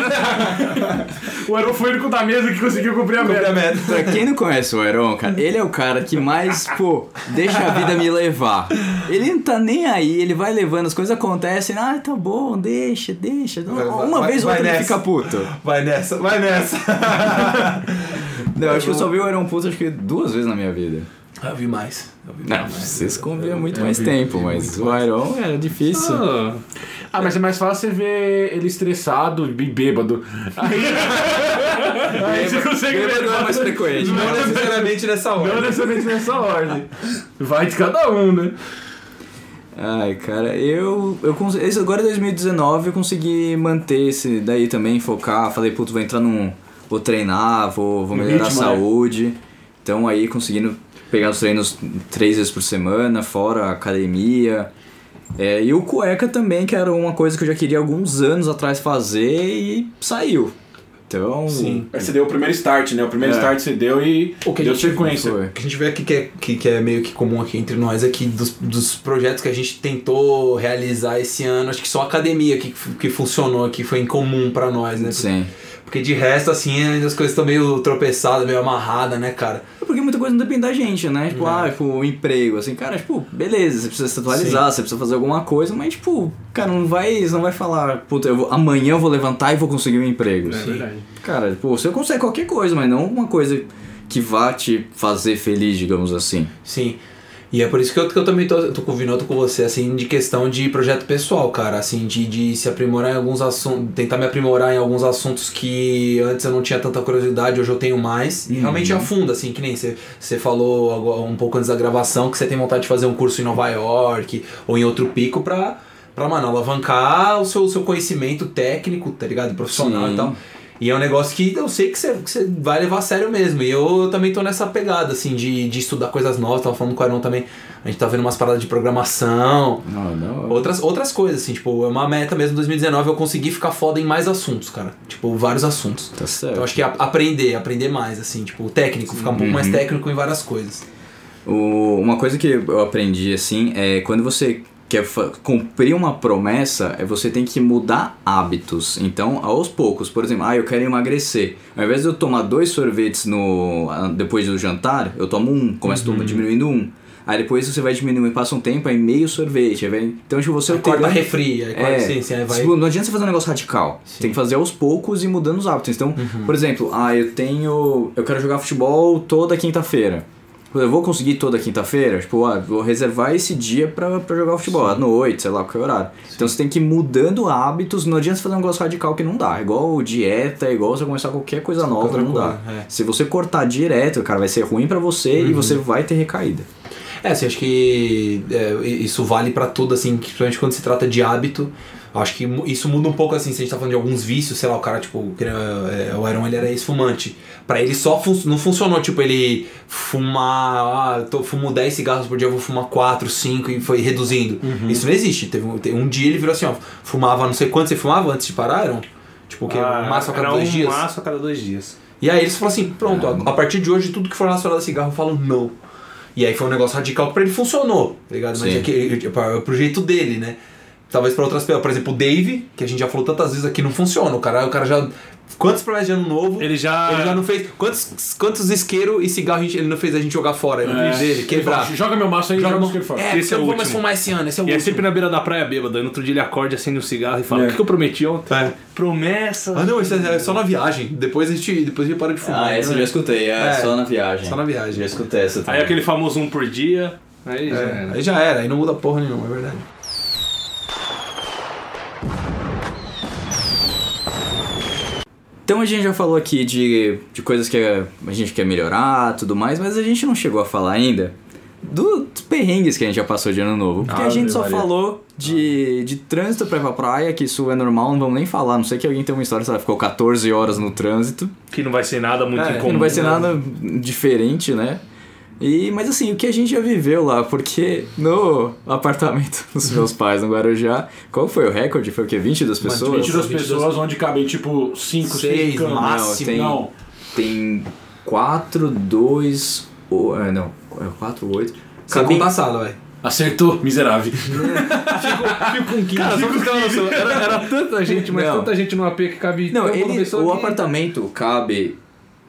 E: O Aero foi o único da mesa que conseguiu cumprir a meta.
C: Pra quem não conhece o Heron, cara, ele é o cara que mais, pô, deixa a vida me levar. Ele não tá nem aí, ele vai levando, as coisas acontecem, ah, tá bom, deixa, deixa. Uma
D: vai-
C: vez ou outra
D: vai
C: ele
D: nessa.
C: fica puto.
D: Vai nessa, vai nessa.
C: Não, eu acho que eu só vi o Iron Puto acho que duas vezes na minha vida.
D: Eu Ah, vi mais. Eu vi
C: Não, vocês conviam muito mais tempo, mas o Iron era difícil.
E: Ah, mas é mais fácil você ver ele estressado e bêbado. Aí, aí você consegue ver
C: Bêbado é mais frequente.
D: Não necessariamente nessa
E: Não
D: hora.
E: necessariamente nessa ordem. Vai de cada um, né?
C: Ai, cara, eu, eu cons- esse agora é em 2019 eu consegui manter esse daí também, focar, falei, puto, vou entrar num vou treinar, vou, vou
E: No
C: melhorar
E: ritmo,
C: a
E: né?
C: saúde. Então aí conseguindo pegar os treinos três vezes por semana, fora a academia. É, e o cueca também, que era uma coisa que eu já queria alguns anos atrás fazer e saiu. Então, Sim.
E: Aí você deu o primeiro start, né? O primeiro
C: É.
E: start você deu e
D: O que a
E: deu
D: gente
E: sequência.
C: foi.
D: O que a gente vê aqui que é, que, que é meio que comum aqui entre nós aqui dos, dos projetos que a gente tentou realizar esse ano, acho que só a academia que, que funcionou aqui foi incomum pra nós, né?
C: Sim.
D: Porque de resto, assim, ainda as coisas estão meio tropeçadas, meio amarradas, né, cara?
C: É Porque muita coisa não depende da gente, né? Tipo, ah, tipo, o emprego, assim, cara, tipo, beleza, você precisa se atualizar, você precisa fazer alguma coisa, mas, tipo, cara, não vai, você não vai falar, puta, eu vou- amanhã eu vou levantar e vou conseguir um emprego.
E: verdade.
C: Cara, tipo, você consegue qualquer coisa, mas não uma coisa que vá te fazer feliz, digamos assim.
D: Sim. E é por isso que eu, que eu também tô, tô com o Vinão, tô com você, assim, de questão de projeto pessoal, cara. Assim, de, de se aprimorar em alguns assuntos, tentar me aprimorar em alguns assuntos que antes eu não tinha tanta curiosidade, hoje eu tenho mais. E realmente afunda, assim, que nem você você falou agora, um pouco antes da gravação, que você tem vontade de fazer um curso em Nova York ou em outro pico pra, pra mano, alavancar o seu, o seu conhecimento técnico, tá ligado? Profissional
C: Sim.
D: e tal. E é um negócio que eu sei que você, que você vai levar a sério mesmo. E eu também tô nessa pegada, assim, de, de estudar coisas novas. Tava falando com o Arão também. A gente tá vendo umas paradas de programação.
C: Não, não.
D: Outras, outras coisas, assim, tipo, é uma meta mesmo 2019 eu conseguir ficar foda em mais assuntos, cara. Tipo, vários assuntos.
C: Tá certo.
D: Então acho que é a- aprender, aprender mais, assim, tipo, técnico, ficar um pouco mais técnico em várias coisas.
C: O- uma coisa que eu aprendi assim é quando você quer fa- cumprir uma promessa, é você tem que mudar hábitos. Então, aos poucos, por exemplo, ah, eu quero emagrecer. Ao invés de eu tomar dois sorvetes no ah, depois do jantar, eu tomo um, começo a tom- diminuindo um. Aí depois você vai diminuindo, passa um tempo, aí meio sorvete. Aí vai... Então, tipo, você
D: Aí corta
C: pegando-
D: refri, aí corta, É sim, sim, aí vai.
C: tipo, não adianta você fazer um negócio radical. Tem que fazer aos poucos e mudando os hábitos. Então,
D: Uhum.
C: por exemplo, ah, eu tenho. Eu quero jogar futebol toda quinta-feira. Eu vou conseguir toda quinta-feira? Tipo, ah, vou reservar esse dia pra, pra jogar futebol, à noite, sei lá, qualquer horário. Então você tem que ir mudando hábitos, não adianta você fazer um negócio radical que não dá. É igual dieta, é igual você começar qualquer coisa nova,
D: Qualquer
C: não dá.
D: coisa, é. Uhum.
C: Se você cortar direto, cara, vai ser ruim pra você e você vai ter recaída.
D: É, assim, acho que é, isso vale pra tudo, assim, que principalmente quando se trata de hábito. Acho que mu- isso muda um pouco, assim, se a gente tá falando de alguns vícios, sei lá, o cara, tipo, que nem, é, o Aaron, ele era ex-fumante. Pra ele só fun- não funcionou, tipo, ele fumar, ah, eu tô, fumo 10 cigarros por dia, eu vou fumar 4, 5 e foi reduzindo.
H: Uhum.
D: Isso não existe. Teve um, te- um dia ele virou assim, ó, fumava não sei quanto você fumava antes de parar, Aaron? Tipo, o quê? um maço a cada
H: era
D: dois
H: um
D: dias?
H: maço a cada dois dias.
D: E aí eles falaram assim, pronto, a- a partir de hoje tudo que for relacionado a cigarro eu falo não. E aí foi um negócio radical que pra ele funcionou, tá ligado? Mas
C: Sim.
D: é que, é pra- é pro jeito dele, né? Talvez pra outras pessoas, por exemplo, o Dave, que a gente já falou tantas vezes aqui, não funciona. O cara, o cara já. Quantos promessas de ano novo?
H: Ele já-
D: Ele já não fez. Quantos, quantos isqueiro e cigarro a gente- ele não fez a gente jogar fora? Ele não
H: É.
D: fez dele, quebrar.
E: Joga meu maço aí e joga
D: Joga
E: o que ele fala.
D: É,
H: Esse
D: esse
H: é
D: eu
H: o
D: não vou mais
H: último.
D: fumar esse ano, esse é o
H: E é
D: último.
H: sempre na beira da praia bêbado. Aí no outro dia ele acorda, acende um cigarro e fala:
E: É.
H: O que, que eu prometi ontem?
D: É.
H: Promessa.
D: Ah, não, isso é é só na viagem. Depois a gente, depois a gente para de fumar.
C: Ah, essa eu já
D: né?
C: escutei, é,
D: É,
C: só na viagem.
D: só na viagem.
C: Já escutei essa também.
H: Aí aquele famoso um por dia. Aí já
D: É,
H: era.
D: Aí já era, aí não muda porra nenhuma, é verdade.
C: Então a gente já falou aqui de, de coisas que a gente quer melhorar tudo mais, mas a gente não chegou a falar ainda do- dos perrengues que a gente já passou de ano novo. Porque a gente só falou de, de trânsito pra ir pra praia, que isso é normal, não vamos nem falar. Não sei que alguém tem uma história, sei lá, ficou 14 horas no trânsito.
H: Que não vai ser nada muito
D: É, que
H: incomum.
C: não vai ser
H: né?
C: nada diferente, né? E, mas assim, o que a gente já viveu lá, porque no apartamento dos meus pais no Guarujá, qual foi o recorde? Foi o quê? 22 pessoas?
E: 22 pessoas onde cabem tipo 5, 6
D: Seis, né?
E: camas.
D: máximo.
C: tem-
E: Não,
C: Tem 4, 2. o- é, Não, 4, 8.
D: Sem contar a sala, vai.
E: acertou, miserável.
H: Cara, só pra você ter uma noção, era, era tanta gente, mas
C: Não.
H: tanta gente no AP que cabe.
C: Não,
H: tão pouca
C: ele,
H: pessoa
C: o
H: que-
C: apartamento cabe.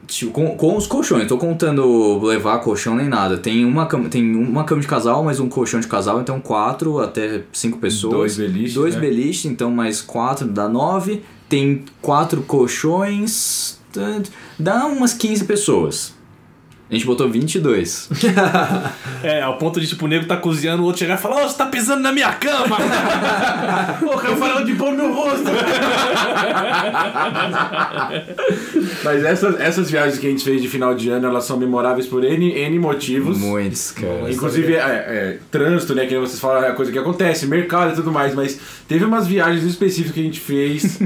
C: Tipo, com, com os colchões, tô contando levar colchão nem nada. Tem uma cama, tem uma cama de casal, mais um colchão de casal, então quatro até cinco pessoas.
E: Dois beliches,
C: Dois
E: né?
C: beliches, então mais quatro dá nove. Tem quatro colchões, tanto- dá umas 15 pessoas. A gente botou 22.
H: É, ao ponto de, tipo, o nego tá cozinhando, o outro chegar e falar, ô, você tá pisando na minha cama! Ô, cara, eu falei onde pôr meu rosto!
E: Mas essas, essas viagens que a gente fez de final de ano, elas são memoráveis por N, N motivos.
C: Muitos, cara.
E: Inclusive, é, é, trânsito, né? Que nem vocês falaram, é a coisa que acontece, mercado e tudo mais. Mas teve umas viagens específicas que a gente fez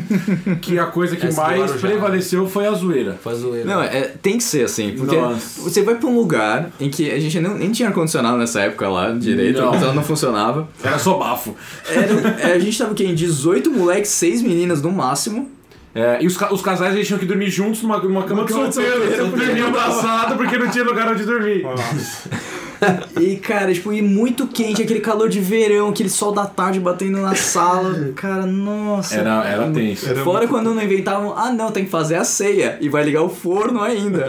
E: que a coisa que
D: Essa do
E: mais
D: Guarujá.
E: prevaleceu foi a zoeira.
D: Faz zoeira.
C: Não, é, tem que ser assim, porque
E: Nossa.
C: você vai pra um lugar em que a gente não- nem tinha ar-condicionado nessa época lá direito, o
E: Não.
C: ar-condicionado não funcionava.
E: Era só bafo.
C: Era, a gente tava aqui em 18 moleques, 6 meninas no máximo.
E: É, e os, ca- os casais eles tinham que dormir juntos numa, numa cama de
C: cama de solteiro,
E: solteiro. Eles
C: porque-
E: dormiam abraçado porque não tinha lugar onde dormir.
C: E, cara, tipo, e muito quente, aquele calor de verão, aquele sol da tarde batendo na sala. Cara, nossa.
E: Era, era tenso.
C: Fora quando não inventavam, ah não, tem que fazer a ceia e vai ligar o forno ainda.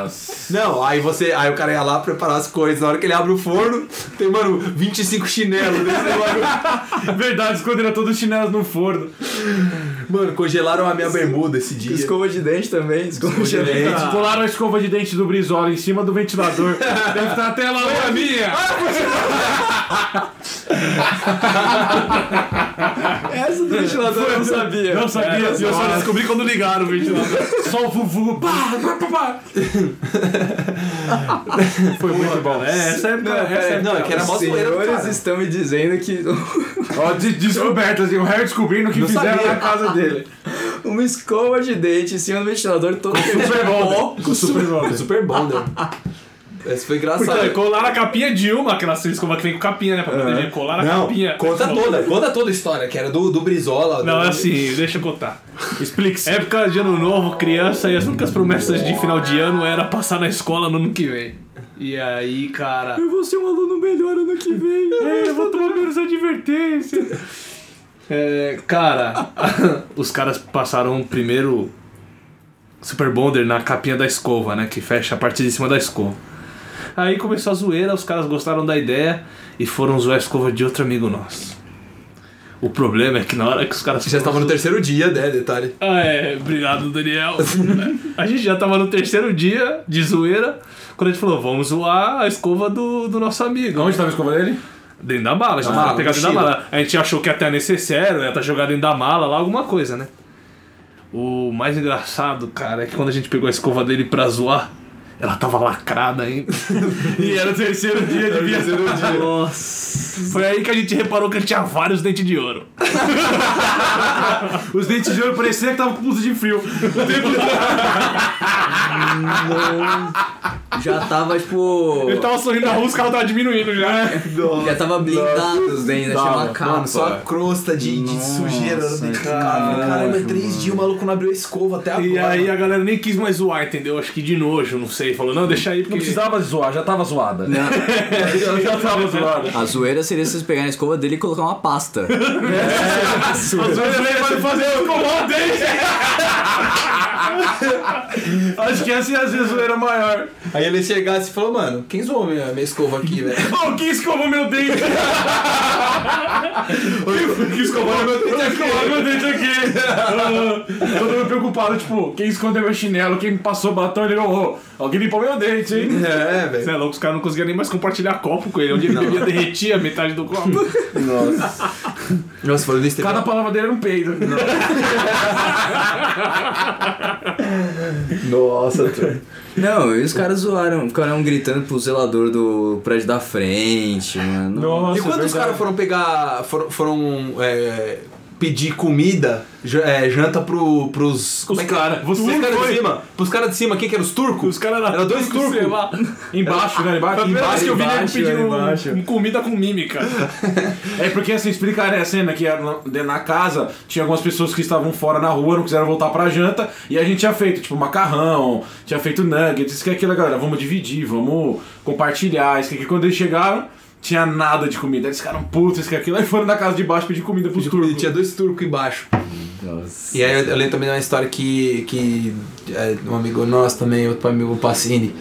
E: Nossa.
D: Não, aí você. Aí o cara ia lá preparar as coisas. Na hora que ele abre o forno, tem, mano, 25 chinelos desse negócio.
E: Verdade, esconderam todos os chinelos no forno.
D: Mano, congelaram a minha bermuda esse dia.
C: Escova de dente também, escova, de,
D: de
C: dente.
E: Eles Colaram a escova de dente do Brizola em cima do ventilador. Deve estar até lá. né? Foi minha!
C: Essa do ventilador eu não sabia.
E: Não
H: É,
E: sabia, eu só descobri quando ligaram o ventilador. Só o Vuvu. Pá, pá, pá, pá. Foi muito bom.
H: É, essa é
C: Não, pera,
D: não, é que era mó
C: Os
D: zoeira do
C: senhores
D: cara.
C: estão me dizendo que
E: Ó, de- descobertas, e o Harry descobrindo o que fizeram
D: sabia.
E: na casa dele.
C: uma escova de dente em cima do ventilador todo
E: Super bom. Super bom.
D: Super bom, né? Essa foi engraçada.
H: Sabe, colaram a capinha de uma, aquela sua escova que vem com capinha, né? Pra proteger, colaram a
D: Não,
H: capinha.
D: conta
H: Falou,
D: toda, conta toda a história, que era do, do Brizola.
H: Não,
D: do-
H: é assim, É. deixa eu contar. Explique-se. Época de ano novo, criança, e as únicas promessas de final de ano era passar na escola no ano que vem. E aí, cara. Eu vou ser um aluno melhor ano que vem. É, eu vou tomar menos advertência. É, cara, os caras passaram o primeiro Super Bonder na capinha da escova, né? Que fecha a parte de cima da escova. Aí começou a zoeira, os caras gostaram da ideia e foram zoar a escova de outro amigo nosso. O problema é que na hora que os caras
D: Já estava no terceiro dia, né? Detalhe.
H: ah, é, obrigado, Daniel. a gente já tava no terceiro dia de zoeira, quando a gente falou, vamos zoar a escova do, do nosso amigo.
E: Onde estava a escova dele?
H: Dentro da mala, a gente
D: Ah,
H: tava pegado dentro da
D: mochila.
H: mala. A gente achou que até necessário, né? Tá jogado dentro da mala lá, alguma coisa, né? O mais engraçado, cara, é que quando a gente pegou a escova dele pra zoar, Ela tava lacrada ainda. e era o terceiro dia de viagem. Nossa. Foi aí que a gente reparou que ele tinha vários dentes de ouro.
E: Os dentes de ouro pareciam que tava com pulso de frio.
C: Já tava, tipo.
H: Ele tava sorrindo na rua, os caras tava diminuindo já.
C: Já tava blindado os dentes, achei uma capa.
D: Mano, só a crosta de, de sujeira no dentro do carro. Caramba, em três dias o maluco não abriu a escova até agora.
H: E aí a galera nem quis mais zoar, entendeu? Acho que de nojo, não sei. Falou, não, deixa aí porque...
I: Não precisava zoar, já tava zoada.
H: Eu já tava zoado.
C: A zoeira seria vocês pegarem a escova dele e colocar uma pasta.
H: Às vezes ele vai fazer incomoda, hein? Acho que essa é a zoeira maior.
D: Aí ele chegasse e falou, mano, quem zoou minha, minha escova aqui, velho?
H: Oh, quem escovou meu dente? Quem- quem escovou meu dente aqui? Escovou meu dente aqui. Todo mundo preocupado, tipo, quem escondeu meu chinelo, quem me passou batom, ele oh, alguém limpou meu dente, hein?
D: É,
H: Você
D: velho.
H: é louco, os caras não conseguiam nem mais compartilhar copo com ele. Onde ele bebia, derretia metade do copo.
D: Nossa, falando isso, teve
H: Cada
D: uma-
H: palavra dele era um peido.
D: Nossa, tu-
C: Não, e os caras zoaram, ficaram gritando pro zelador do prédio da frente, mano.
D: E
H: é
D: quando os caras foram pegar. foram. foram, é, pedir comida, ja- é, janta pro, pros. Como é que
H: cara,
D: era?
H: você
D: Pros caras
H: foi.
D: de cima. Pros caras de cima, quem que era? Os turcos?
H: Os caras eram
D: Era dois turcos.
H: sei lá.
E: Embaixo, né?
H: Foi a
E: Embaixo.
H: primeira vez que eu vi nego
E: Embaixo,
H: pedindo
E: embaixo.
H: um- comida com mímica.
E: É porque assim, explicaram a cena que era na, na casa tinha algumas pessoas que estavam fora na rua, não quiseram voltar pra janta, e a gente tinha feito, tipo, macarrão, tinha feito nuggets, isso que é aquilo, galera, vamos dividir, vamos compartilhar, isso que é aquilo. quando eles chegaram, tinha nada de comida. Eles ficaram putos, isso que é aquilo, aí foram na casa de baixo pedir comida pros
D: E
E: turcos.
D: tinha dois turcos embaixo. E aí eu, eu lembro também de uma história que, que é, um amigo nosso também, outro amigo Pacini,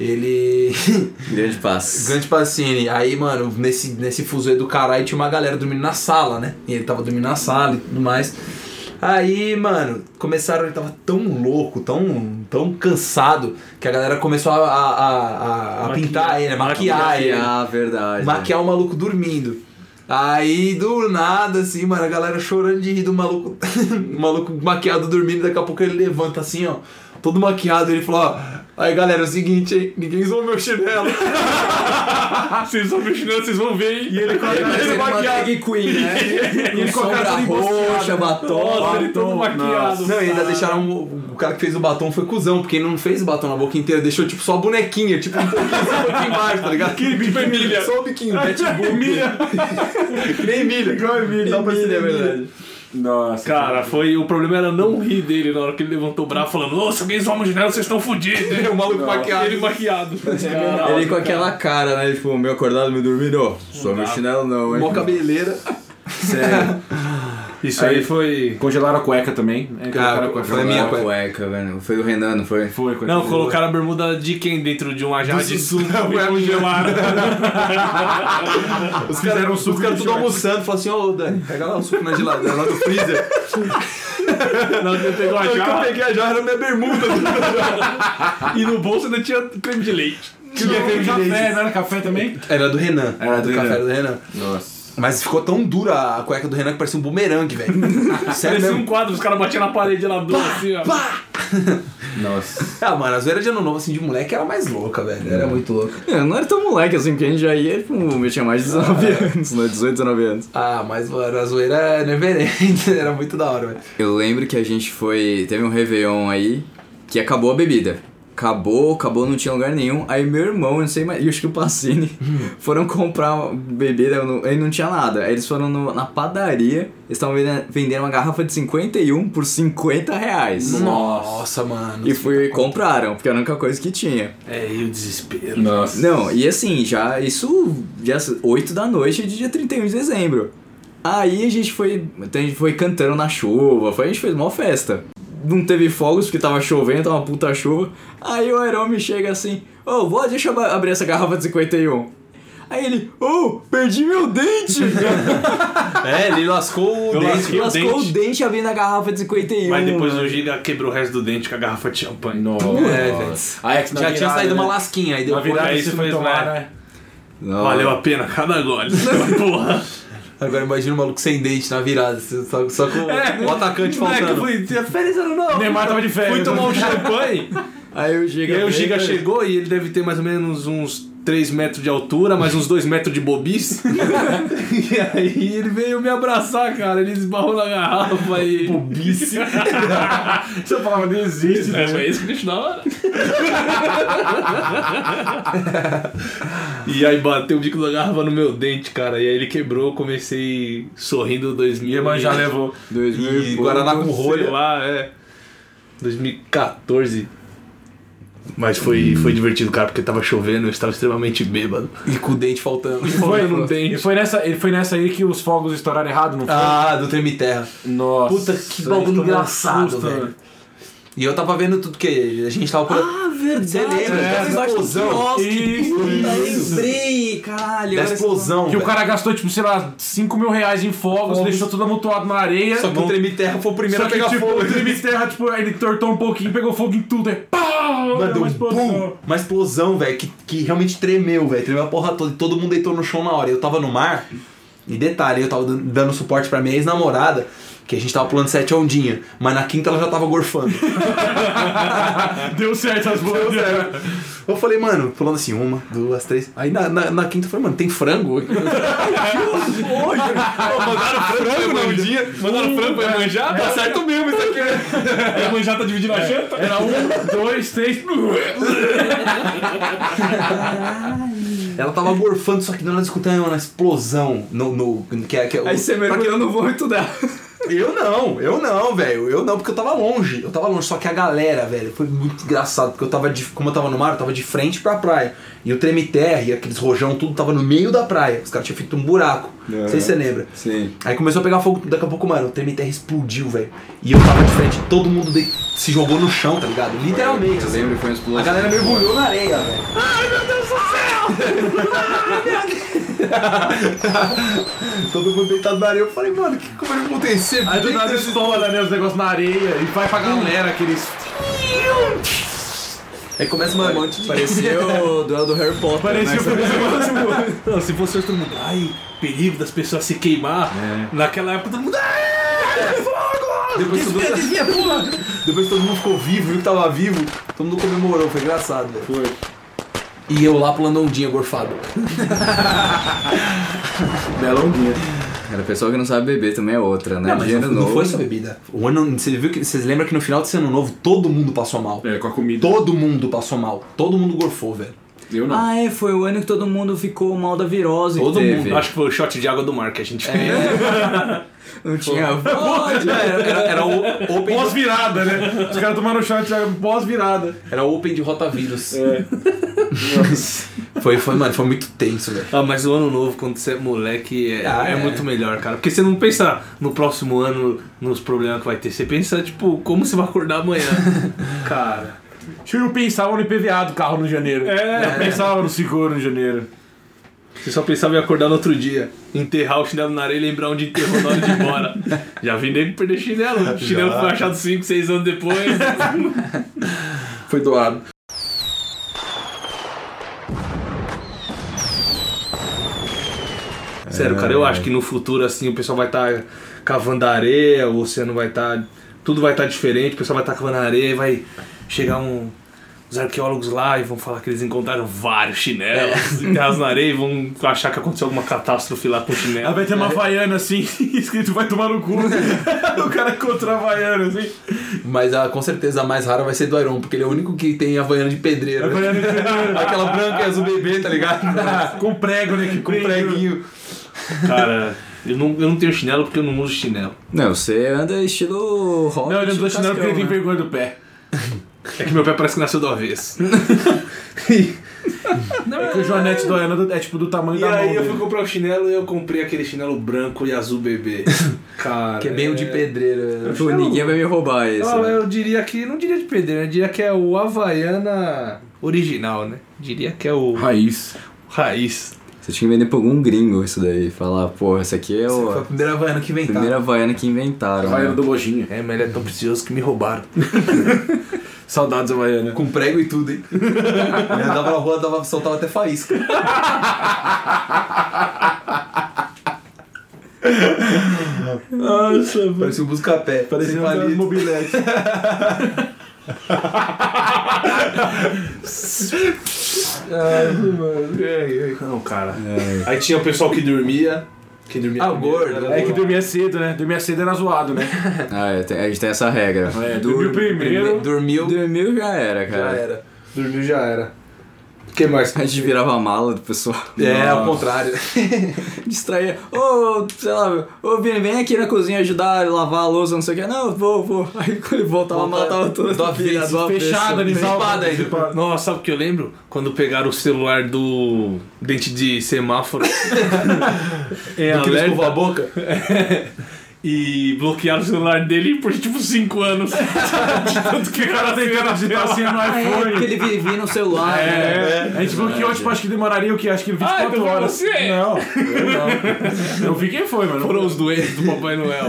D: ele.
C: Grande paz.
D: Grande Pacini, aí, mano, nesse, nesse fuso aí do caralho tinha uma galera dormindo na sala, né? E ele tava dormindo na sala e tudo mais. Aí, mano, começaram, ele tava tão louco, tão, tão cansado, que a galera começou a, a, a- a pintar ele, a maquiar, ele
C: Ah, verdade.
D: maquiar o maluco dormindo. Aí, do nada, assim, mano, a galera chorando de rir do maluco. o maluco maquiado dormindo, daqui a pouco ele levanta assim, ó. Todo maquiado, ele fala, ó. Aí, galera, é o seguinte, hein? Ninguém zoou meu chinelo.
H: Ah, Vocês estão mexendo, vocês vão ver, hein?
E: E ele com a cara
C: Parecendo uma
H: maquiado.
C: drag queen, né?
D: um
E: ele com a cara
C: Sombra
E: toda
C: roxa,
E: embosteada.
C: batom.
H: Nossa, ele todo
E: Nossa.
H: maquiado.
D: Não, e ainda deixaram. um, O, o cara que fez o batom foi cuzão, porque ele não fez o batom na boca inteira, deixou tipo só a bonequinha, tipo um pouquinho, um pouquinho embaixo, tá ligado? Aquele biquinho,
H: Emília.
D: Só o biquinho, Pitbull. Emília. que nem milha. Igual Emília, dá pra ser é verdade.
E: Nossa,
H: Cara, foi. O problema era não rir dele na hora que ele levantou o braço falando, nossa, alguém zoa a janela, vocês estão fodidos.
D: O maluco maquiado. É
H: Ele maquiado.
C: Ele com aquela cara, né? Tipo, meu acordado, me dormindo. ó, Só meu chinelo não, hein? é
D: Mó cabeleira.
C: Sério.
H: Isso aí foi.
E: congelaram a cueca também. É, colocaram a cueca.
D: foi a minha
C: Uma
D: cueca.
C: cueca, velho. Foi o Renan, não foi?
E: Foi, cueca.
H: Não, colocaram a bermuda de quem dentro de uma jarra de suco
D: É,
H: e congelaram.
D: Os caras
E: um suco
D: os caras
E: de
D: tudo almoçando, falam assim, ô Dani, pega lá o suco na geladeira, lá no freezer.
H: Na hora que ele pegou a
D: Aí que eu
H: jarra.
D: peguei a jarra na minha bermuda.
H: E no bolso ainda tinha creme de leite. né?
E: Tinha café, não era café também?
D: Era do Renan.
E: Era do
D: café
E: Renan.
D: era do Renan.
E: Nossa.
D: Mas ficou tão dura a cueca do Renan que parecia um bumerangue, velho. Sério
H: Parecia
D: mesmo.
H: um quadro, os caras batiam na parede lá dentro, assim, ó.
E: Nossa.
D: Ah, mano, a zoeira de ano novo, assim, de moleque era mais louca, velho. Era muito louca.
C: Eu É, não era tão moleque assim, porque a gente já ia, tipo, eu tinha mais de 19
E: Ah.
C: anos, né? 18, 19 anos.
D: Ah, mas, mano, a zoeira é neverend. Era muito da hora, velho.
C: Eu lembro que a gente foi. Teve um Réveillon aí que acabou a bebida. Acabou, acabou, não tinha lugar nenhum. Aí meu irmão, eu não sei mais, e acho que o Pacini foram comprar bebida, eu não- aí não tinha nada. Aí eles foram no- na padaria, eles estavam vendendo, vendendo uma garrafa de 51 por 50 reais.
D: Nossa, mano.
C: E fui, compraram, porque era a única coisa que tinha.
H: É, e o desespero.
E: Nossa.
C: Não, e assim, já isso já 8 da noite de dia 31 de dezembro. Aí a gente foi, então a gente foi cantando na chuva, foi, a gente fez uma festa. Não teve fogos porque tava chovendo, tava uma puta chuva. Aí o Heron me chega assim: Ô, vó, deixa eu ab- abrir essa garrafa de 51. Aí ele: Ô, perdi meu dente!
D: É, ele lascou o dente.
H: lasquei o
C: Lascou o dente abrindo a garrafa de 51.
H: Mas depois o Giga quebrou o resto do dente com a garrafa de champanhe.
E: Nossa.
D: É, velho.
E: Aí, é que na
D: Já tinha
E: virada,
D: saído
E: né?
D: uma lasquinha, aí
E: Na
D: depois...
E: virada
H: Aí
E: você
H: você
E: foi
H: fez,
E: tomar,
H: né?
E: né?
C: Não.
H: Valeu a pena cada gole. Porra.
D: Agora imagina um maluco sem dente na virada, só, só com
E: É.
H: É.
D: o atacante faltando.
H: Feliz ano novo!
E: Neymar tava de
H: Fui
E: férias. né?
H: tomar um champanhe.
C: Aí o
H: E
C: Giga.
H: aí o
C: veio,
H: Giga
C: né?
H: chegou e ele deve ter mais ou menos uns 3 metros de altura, mais uns 2 metros de bobice. e aí ele veio me abraçar, cara. Ele esbarrou na garrafa e. Bobice?
E: Essa palavra nem existe.
H: é, foi esse bicho da hora. e aí bateu o bico da garrafa no meu dente, cara. E aí ele quebrou, eu comecei sorrindo 2000.
E: Mas já levou.
C: 2000
D: E
C: pouco.
D: Guaraná com
H: Sei
D: rolha.
H: lá, é. 2014. Mas foi, foi divertido, cara, porque tava chovendo, eu estava extremamente bêbado.
D: E com o dente faltando.
H: Foi, não
I: E
H: tem. né,
I: foi nessa, e foi nessa aí que os fogos estouraram errado, não foi?
D: Ah, do Treme Terra. Puta,
I: Nossa.
D: que bagulho engraçado, velho. E eu tava vendo tudo que a gente tava por. Ah, verdade. Você lembra?
I: É,
D: da
I: da
D: explosão. Nossa,
I: Isso,
D: lembrei, caralho. Da explosão.
I: Que o
D: velho.
I: cara gastou, tipo, sei lá, 5 mil reais em fogos, deixou tudo amontoado na areia.
D: Só que o Treme Terra foi o primeiro
I: Só
D: a
I: que,
D: pegar
I: tipo,
D: fogo.
I: o Treme Terra, tipo, aí ele tortou um pouquinho, pegou fogo em tudo, aí pá!
D: Mano, um
I: Mas, pô,
D: pum, uma explosão, velho, que, que realmente tremeu, velho. Tremeu a porra toda e todo mundo deitou no chão na hora. Eu tava no mar, e detalhe, eu tava dan- dando suporte pra minha ex-namorada, que a gente tava pulando sete ondinhas, mas na quinta ela já tava gorfando.
I: Deu certo as boas.
D: Eu falei, mano, pulando assim, uma, duas, três. Aí na, na, na quinta eu falei, mano, tem frango? aqui? que horror!
H: Mandaram frango na dia? Mandaram frango pra manjar? Tá certo mesmo isso aqui,
D: é.
H: né? A manjar tá dividindo a janta?
I: Era um, dois, três.
D: Ela tava gorfando, só que do nada escutando uma explosão no. no que é, que é, o-
C: Aí você mergulhou no vômito dela.
D: Eu não, eu não, velho. Eu não, porque eu tava longe. Eu tava longe, só que a galera, velho, foi muito engraçado, porque eu tava de. Como eu tava no mar, eu tava de frente pra praia. E o treme terra e aqueles rojão, tudo tava no meio da praia. Os caras tinham feito um buraco. Não sei se você lembra.
C: É. Sim.
D: Aí começou a pegar fogo, daqui a pouco, mano, o treme terra explodiu, velho. E eu tava de frente, todo mundo de- se jogou no chão, tá ligado? Literalmente.
C: É, Eu
D: assim.
C: lembro que foi uma explosão.
D: A galera mergulhou na areia, velho. Ai, meu Deus do céu! Todo mundo deitado na areia. Eu falei, mano, que, como é que tá aconteceu?
I: Aí do nada estoura, né, os negócios na areia e vai pra galera aqueles.
D: Aí começa uma monte de...
C: Pareceu o duelo do Harry Potter.
I: Parecia o
C: né?
H: Não, se fosse todo mundo, ai, perigo das pessoas se queimar. Naquela época todo mundo, "Ah!" ai,
D: Depois todo, mundo... Depois todo mundo ficou vivo, viu que tava vivo. Todo mundo comemorou, foi engraçado, velho. Foi. E eu lá pulando ondinha, gorfado.
C: Bela ondinha. Cara, o pessoal que não sabe beber também é outra, né? Dinheiro
D: não
C: novo.
D: foi só bebida. O Um ano, você viu que, vocês lembram que no final desse ano novo todo mundo passou mal.
E: É, com a comida.
D: Todo mundo passou mal. Todo mundo gorfou, velho.
E: Eu não.
C: Ah, é, foi o ano que todo mundo ficou mal da virose.
D: Todo
C: que
D: mundo,
C: teve.
H: acho que foi o shot de água do mar que a gente fez.
C: Não tinha vodka.
D: Era, era, era o open,
E: Pós-virada, né? Os caras tomaram shot já pós-virada.
D: era o open de rotavírus. foi, foi, mano, foi muito tenso, velho.
H: Ah, mas o ano novo, quando você é moleque, é,
D: Ah,
H: é
D: é.
H: muito melhor, cara. Porque você não pensa no próximo ano, nos problemas que vai ter. Você pensa, tipo, como você vai acordar amanhã. cara.
I: Deixa eu pensava no IPVA do carro no janeiro. É, eu pensava no seguro no janeiro.
H: Você só pensava em acordar no outro dia, enterrar o chinelo na areia e lembrar onde enterrou na hora de ir embora. Já vi nego perder chinelo. O chinelo foi achado 5, 6 anos depois.
D: Foi doado.
H: Sério, cara, eu
D: É.
H: acho que no futuro, assim, o pessoal vai estar cavando areia, o oceano vai estar. tudo vai estar diferente, o pessoal vai estar cavando areia e vai chegar um. Os arqueólogos lá e vão falar que eles encontraram vários chinelos enterrados na areia e vão achar que aconteceu alguma catástrofe lá com o
I: Aí
H: chinelo. É.
I: vai ter uma vaiana assim, escrito vai tomar no cu. o cara contra a vaiana assim.
D: Mas a, com certeza a mais rara vai ser do Iron, porque ele é o único que tem a vaiana de pedreiro.
I: Havaiana de pedreiro.
D: Aquela branca e azul bebê, tá ligado?
I: Com prego, né? Que
D: Com um preguinho.
H: Cara, eu não, eu não tenho chinelo porque eu não uso chinelo.
C: Não, você anda estilo rock.
I: Não, ele andou chinelo porque ele tem
C: né?
I: vergonha do pé.
H: É que meu pé parece que nasceu do avesso.
I: É que o Joanete do Ana é tipo do tamanho
H: E
I: da mão.
H: aí eu
I: dele.
H: fui comprar o chinelo e eu comprei aquele chinelo branco e azul bebê. Cara.
D: Que é bem o de pedreiro.
C: Pô, Tipo, ninguém vai me roubar esse.
D: Ah,
H: Não,
C: né?
H: eu diria que. Não diria de pedreiro, eu diria que é o Havaiana original, né? Diria que é o
E: Raiz.
H: raiz.
C: Você tinha que vender pra algum gringo isso daí. Falar, pô, esse aqui é
D: Foi a
C: o.
D: primeira vaiana que inventaram.
C: Primeira Havaiana que inventaram.
E: Raiz
C: Né?
E: do lojinha.
H: É, mas ele é tão precioso que me roubaram.
E: Saudades, Havaiana.
D: Com prego e tudo, hein? Eu andava na rua, dava, soltava até faísca.
H: Nossa, mano.
D: Parecia um busca-pé.
E: Parecia
D: sem
E: um
D: palito.
E: mobilete.
H: Não, cara. Aí tinha o pessoal que dormia. Que dormia
D: Ah, o
H: primeiro,
D: gordo.
H: era
E: É que dormia cedo, né? Dormia cedo era zoado, né?
C: Ah, é, tem- a gente tem essa regra.
E: É, dormiu primeiro.
D: Dormiu,
C: Dormiu já era,
D: já
C: cara.
D: era.
H: Dormiu já era. O que mais?
C: A gente virava a mala do pessoal.
D: É, ao contrário.
C: Distraía. Ô, sei lá, ô Vini, vem aqui na cozinha ajudar a lavar a louça, não sei o que. Não, vou, vou. Aí quando ele voltava, a mala tava toda
D: Do né? avesso,
C: do avesso.
D: fechada, animal. Zipada aí.
H: Nossa, sabe o que eu lembro? Quando pegaram o celular do dente de semáforo. é,
D: Do que não escova a
H: boca. E bloquearam o celular dele por tipo 5 anos. Tanto que o cara tentando
E: Tá sendo no
C: Ah, é, porque
E: iPhone.
C: ele vivia no celular.
E: É,
C: né?
E: a gente bloqueou, tipo, acho que demoraria o quê? Acho que 24
H: Ah, então foi
E: horas.
H: você.
E: Não, eu não. Eu vi quem foi, mano.
H: Foram os doentes do Papai Noel.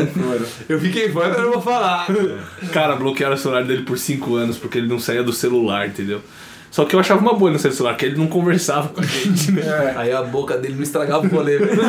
D: Eu fiquei fora, agora eu vou falar.
E: É.
H: Cara, bloquearam o celular dele por 5 anos porque ele não saía do celular, entendeu? Só que eu achava uma boa não sair do celular, que ele não conversava com a gente, né?
D: Aí a boca dele não estragava o rolê, velho.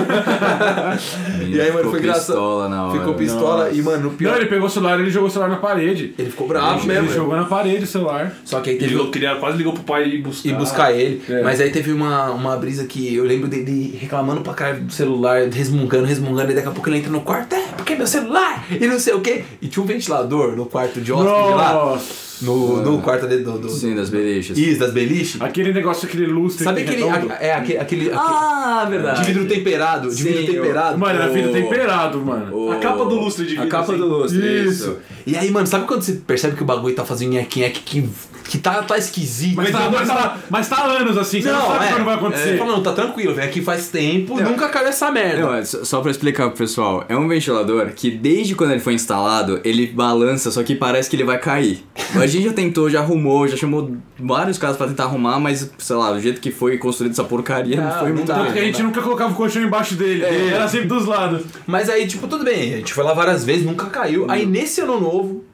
D: E aí, mano,
C: Ficou
D: foi engraçado.
C: pistola na hora.
D: Ficou pistola e, mano, o
E: Não,
D: pior.
E: ele pegou o celular, ele jogou o celular na parede.
D: Ele ficou bravo
E: Ele
D: mesmo. velho.
E: jogou na parede o celular.
D: Só que aí
H: Ele
D: teve
H: ligou- queria- quase ligou pro pai ir buscar.
D: e buscar ele.
E: É.
D: Mas aí teve uma, uma brisa que eu lembro dele reclamando pra caralho do celular, resmungando, resmungando, e daqui a pouco ele entra no quarto, é, porque meu celular, e não sei o quê. E tinha um ventilador no quarto de hóspede lá,
E: Nossa.
D: no, no quarto dele do, do
C: Sim, das beliches.
D: Is, das beliche.
E: Aquele negócio, aquele lustre.
D: Sabe
E: que
D: aquele,
E: redondo.
D: a- é, aquele, aquele,
C: Ah,
D: aquele de
C: verdade.
D: vidro temperado, de
C: Sim,
D: vidro
C: eu-
D: temperado.
E: Mano, era vidro
C: O-
E: temperado, mano.
C: O-
H: A capa do lustre de
C: A
H: vidro,
C: capa
H: assim.
C: do lustre.
E: Isso.
C: Isso.
D: E aí, mano, sabe quando você percebe que o bagulho tá fazendo nhequinheque, que, que tá, tá esquisito?
E: Mas tá, mas, tá, mas tá há anos assim, você não, sabe
D: é,
E: quando vai acontecer.
D: é, fala, não, tá tranquilo, velho, aqui faz tempo, nunca caiu essa merda.
C: Não, é, só só pra explicar pro pessoal, é um ventilador que desde quando ele foi instalado, ele balança, só que parece que ele vai cair. A gente já tentou, já arrumou, já chamou vários casos pra tentar arrumar, mas sei lá, do jeito que foi construído essa porcaria, não,
D: Ah,
C: foi
D: não
C: muito
D: dá.
C: bem.
E: Porque a gente nunca colocava o colchão embaixo dele. Era sempre dos lados.
D: Mas aí, tipo, tudo bem, a gente foi lá várias vezes, nunca caiu. Aí nesse ano novo,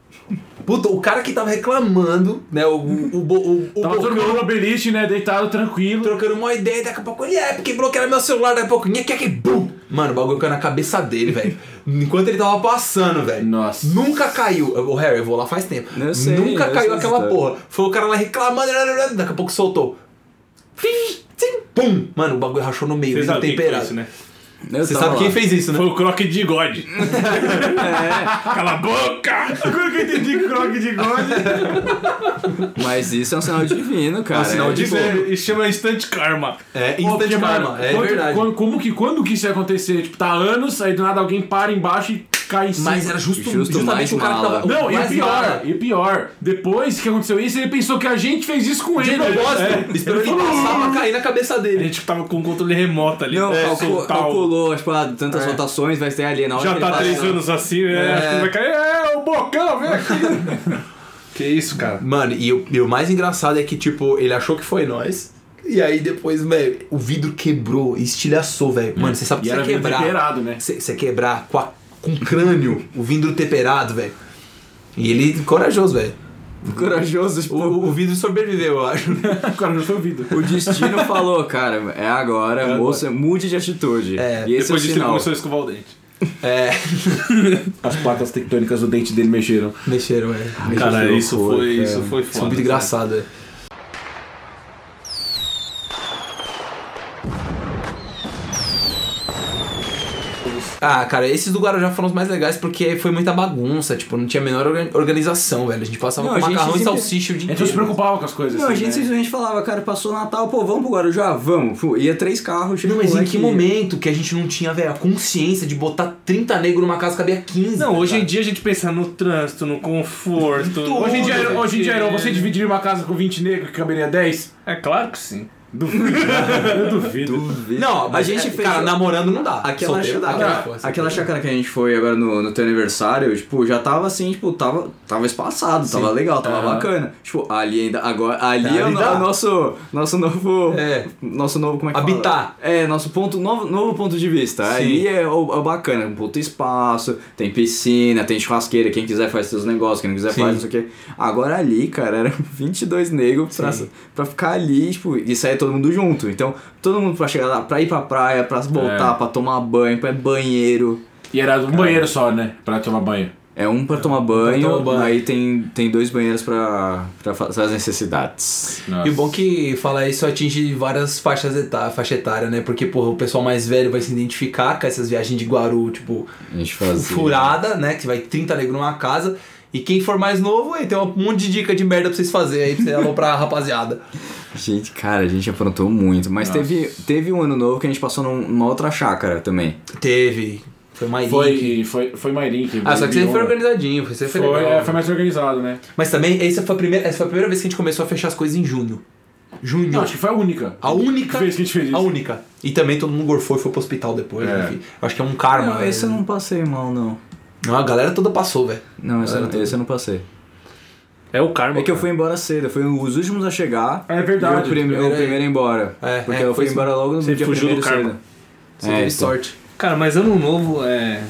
D: puta, o cara que tava reclamando, né? O, o, o, bo- o, o
E: Tava todo
D: Bocão
E: mundo no beliche, né? Deitado, tranquilo.
D: trocando uma ideia, daqui a pouco ele é, porque bloquearam meu celular, daqui a pouco, nhe, que, que, bum! Mano, o bagulho caiu na cabeça dele, velho. Enquanto ele tava passando, velho.
E: Nossa.
D: Nunca caiu. Ô, Harry, eu vou lá faz tempo.
C: Eu sei,
D: Nunca
C: eu
D: caiu
C: sei
D: aquela
C: essa
D: porra. Foi o cara lá reclamando, né, daqui a pouco soltou. Fim, sim, Pum! Mano, o bagulho rachou no meio,
H: Vocês
D: vidro
H: sabem quem foi
D: temperado.
H: isso, né?
C: Eu
D: Você
C: tava
D: sabe
C: lá.
D: quem fez isso, né? É.
H: Foi o croque de God. Cala a boca!
E: Agora que eu entendi croque de gole.
C: Mas isso é um sinal divino, cara. É
D: sinal de-
H: Isso, é, isso chama instant karma.
D: É,
E: Pô, porque,
D: instant
E: mano,
D: karma. É
E: quando-
D: verdade.
E: Quando, como que, quando que isso ia acontecer? Tipo, tá há anos, aí do nada alguém para embaixo e cai em cima.
D: Mas era justo,
C: Justo
D: justamente
C: mais
D: o cara que
C: mala.
D: tava.
E: Não, e é
D: mais
E: pior,
D: mala.
E: e pior, depois que aconteceu isso, ele pensou que a gente fez isso com
D: De
E: ele.
D: propósito,
E: É.
D: esperou ele passar
C: "Hum."
D: pra cair na cabeça
H: A
D: dele.
H: gente tava com o controle remoto ali.
C: Não,
H: É,
C: calcu-
H: soltar o-
C: calculou, tipo, ah, tantas rotações vai ter ali na hora
H: Já
C: que ele
H: tá
C: passa-
H: três anos assim, né? Acho que não vai cair. É, o bocão, vem aqui. que isso, cara.
D: Mano, e o, e o mais engraçado é que, tipo, ele achou que foi nós. E aí depois, velho, o vidro quebrou, estilhaçou,
H: Hum.
D: velho. Mano, você sabe que
E: E
D: você
E: era vidro
D: quebrar.
E: temperado, né?
D: Você você quebrar com, a- com o crânio, o vidro temperado, velho. E ele, corajoso, velho.
C: Corajoso,
D: O,
C: tipo,
D: o vidro sobreviveu, eu acho.
E: O cara não foi ouvido.
C: o destino falou, cara, é agora, moça, mude de atitude.
D: É,
C: e esse
H: Depois
C: é o
H: disso ele
C: sinal.
H: começou a escovar o dente.
D: É,
E: As placas tectônicas do dente dele mexeram.
D: mexeram, velho.
H: Cara,
C: que
H: isso
C: loucura,
H: foi, isso foi
D: Isso é
H: foda.
D: muito engraçado, velho. Ah, cara, esses do Guarujá foram os mais legais porque foi muita bagunça, tipo, não tinha a menor orga- organização, velho. A gente passava
C: Não,
D: com
C: a gente
D: macarrão e
C: sempre-
D: salsicha o
E: A
D: dia
E: gente não se
D: inteiro.
E: preocupava com as coisas.
C: Não, a
E: assim,
C: gente
E: né?
C: simplesmente falava, cara, passou o Natal, pô, vamos pro Guarujá? Vamos. Pô, ia três carros, chegou
D: Não, mas em
C: moleque-
D: que momento que a gente não tinha, velho, a consciência de botar 30 negros numa casa que cabia 15?
H: Não, hoje em
D: cara?
H: dia a gente pensa no trânsito, no conforto.
E: Hoje em dia,
H: no-
E: hoje em dia, Iron, você dividiria uma casa com 20 negros que caberia 10?
H: É claro que sim.
E: Duvido. Eu duvido.
D: Não,
C: A
D: mas,
C: gente
D: é,
C: fez.
D: Cara, namorando não dá.
C: Aquela,
D: Solteiro dá, é
C: aquela,
D: cara.
C: aquela chácara que a gente foi agora no, no teu aniversário, tipo, já tava assim, tipo, tava, tava espaçado, tava legal, tava bacana. Tipo, ali ainda, agora, ali, é o,
D: Tá Ali
C: no-
D: dá.
C: o nosso, nosso novo,
D: É.
C: nosso novo, como é que
D: Habitar.
C: fala? É, nosso ponto, novo, novo ponto de vista. Ali é o, é o bacana, um puto espaço, tem piscina, tem churrasqueira, quem quiser faz seus negócios, quem não quiser faz, não sei o quê. Agora ali, cara, eram 22 negros pra, pra ficar ali, tipo, e sair todo mundo
D: É.
C: junto. Então, todo mundo pra chegar lá, pra ir pra praia, pra voltar, pra tomar banho, pra banheiro.
E: E era um banheiro só, né? Pra tomar banho.
C: É um pra tomar banho,
D: tomar banho.
C: aí tem, tem dois banheiros pra, pra fazer as necessidades.
E: Nossa.
D: E o bom que falar isso atinge várias faixas etária, faixa etária, né? Porque, porra, o pessoal mais velho vai se identificar com essas viagens de Guaru, tipo,
C: A gente
E: assim.
C: fazia.
D: furada, né? Que vai 30 negros numa casa. E quem for mais novo, aí tem um monte de dica de merda pra vocês fazerem aí, pra você aloprar a rapaziada.
C: Gente, cara, a gente aprontou muito. Mas teve, teve um ano novo que a gente passou num- numa outra chácara também.
D: Teve. Foi mais
E: Foi, foi, foi Mairim que
D: Ah, só que você
E: bebeu,
D: foi
E: né?
D: organizadinho, você foi,
E: Foi,
D: legal.
E: é, foi mais organizado, né?
D: Mas também, essa foi, a primeira, essa foi a primeira vez que a gente começou a fechar as coisas em junho. Junho.
E: Não, acho que foi a única.
D: A única.
H: é
E: vez que a gente fez isso.
D: única. E também todo mundo gorfou e foi pro hospital depois,
E: É.
D: né, filho? Eu Acho que é um karma,
C: Não,
D: velho.
C: esse eu não passei mal, não.
D: Não, a galera toda passou, velho.
C: Não, esse, eu não- esse eu não passei.
H: É o karma.
C: É que eu
H: cara.
C: fui embora cedo, eu fui um dos últimos a chegar.
E: É verdade.
C: E o prime-
D: Primeiro
C: o primeiro a ir embora.
D: É,
C: porque
D: é,
C: eu
D: foi
C: fui
D: isso.
C: embora logo no
H: Você
C: dia
H: fugiu do
C: primeiro
H: karma.
C: cedo.
D: Você
C: É,
D: teve
C: então.
D: sorte.
H: Cara, mas ano novo é.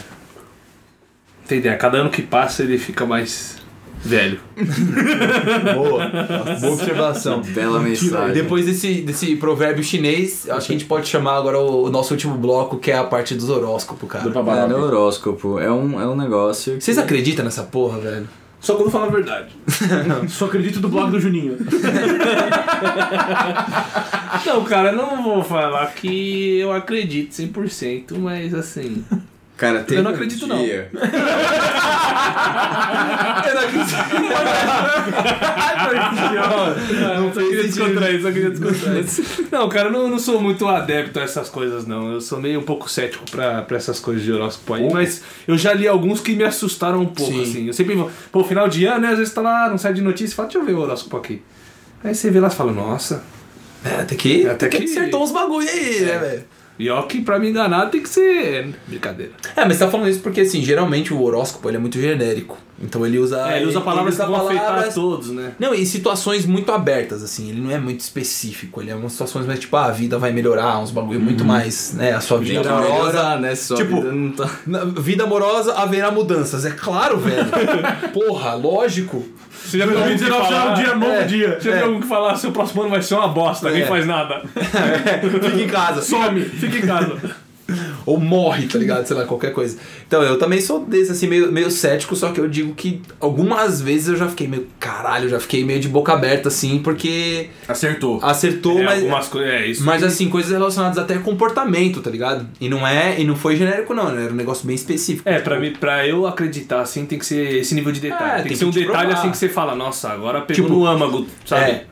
H: Tem ideia, cada ano que passa ele fica mais velho.
D: Boa. Boa observação.
C: Bela mensagem.
D: Depois desse, desse provérbio chinês, acho que a gente pode chamar agora o, o nosso último bloco, que é a parte dos horóscopos,
E: Do
D: cara.
C: Cara,
E: babado.
C: é horóscopo. É um, é um negócio.
D: Vocês acreditam nessa porra, velho?
E: Só quando fala a verdade. Só acredito do blog do Juninho.
H: Não, cara, não vou falar que eu acredito 100%, mas assim.
C: Cara, um tem
H: Eu não acredito, não.
C: não.
H: Não, eu queria descontrair, só queria descontrair. Não, cara, eu não, não sou muito adepto a essas coisas, não. Eu sou meio um pouco cético pra, pra essas coisas de horóscopo aí, mas eu já li alguns que me assustaram um pouco,
D: Sim.
H: assim. Eu sempre vou, pô, final de ano, né? Às vezes tá lá, não sai de notícia e fala, deixa eu ver o horóscopo aqui. Aí você vê lá e fala, nossa,
D: É, até que,
H: Até
D: até que
H: que-
D: acertou uns bagulho aí, né, velho?
H: e ó que pra me enganar tem que ser. né, Brincadeira.
D: É, mas você tá falando isso porque, assim, geralmente o horóscopo ele é muito genérico. Então ele usa.
H: É, ele usa palavras
D: usa
H: que vão afetar
D: palavras-
H: todos, né?
D: Não, e situações muito abertas, assim, ele não é muito específico, ele é umas situações mais tipo, ah, a vida vai melhorar, uns bagulho muito mais, né, a sua vida amorosa,
C: né? Só
D: Tipo,
C: vida não tá.
D: na vida amorosa haverá mudanças, é claro, velho. Porra, lógico.
H: Você já viu alguém
E: 2019 já é um dia novo dia.
H: Já viu alguém que falar, seu próximo ano vai ser uma bosta, ninguém
D: É.
H: faz nada.
D: Fica em casa, some.
H: Fica em casa.
D: Ou morre, tá ligado? Sei lá, qualquer coisa. Então, eu também sou desse, assim, meio, meio cético, só que eu digo que algumas vezes eu já fiquei meio, caralho, eu já fiquei meio de boca aberta, assim, porque
E: Acertou.
D: acertou,
H: É,
D: mas...
H: algumas coisas. É isso.
D: Mas assim, coisas relacionadas até a comportamento, tá ligado? E não é, e não foi genérico não, né? era um negócio bem específico.
H: É, pra, mim, pra eu acreditar, assim, tem que ser esse nível de detalhe.
D: Tipo, É,
H: tem,
D: tem
H: que ser um
D: que te
H: detalhe
D: provar.
H: assim que você fala, nossa, agora pegou
D: Tipo,
H: no âmago, sabe?
D: é.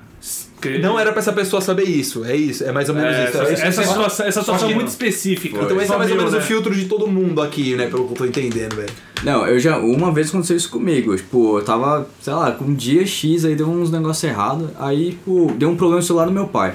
H: Que-
D: Não era pra essa pessoa saber isso, é isso, é mais ou
H: É,
D: menos isso.
H: essa,
D: É isso que
H: essa
D: eu tô falando.
H: situação, essa situação
D: que-
H: muito específica.
D: Então esse é mais ou
H: Só
D: menos
H: meu,
D: o
H: né?
D: filtro de todo mundo aqui, né? Pelo que eu tô entendendo, velho.
C: Não, eu já. Uma vez aconteceu isso comigo. Tipo, eu tava, sei lá, com um dia X, aí deu uns negócios errados. Aí, tipo, deu um problema no celular do meu pai.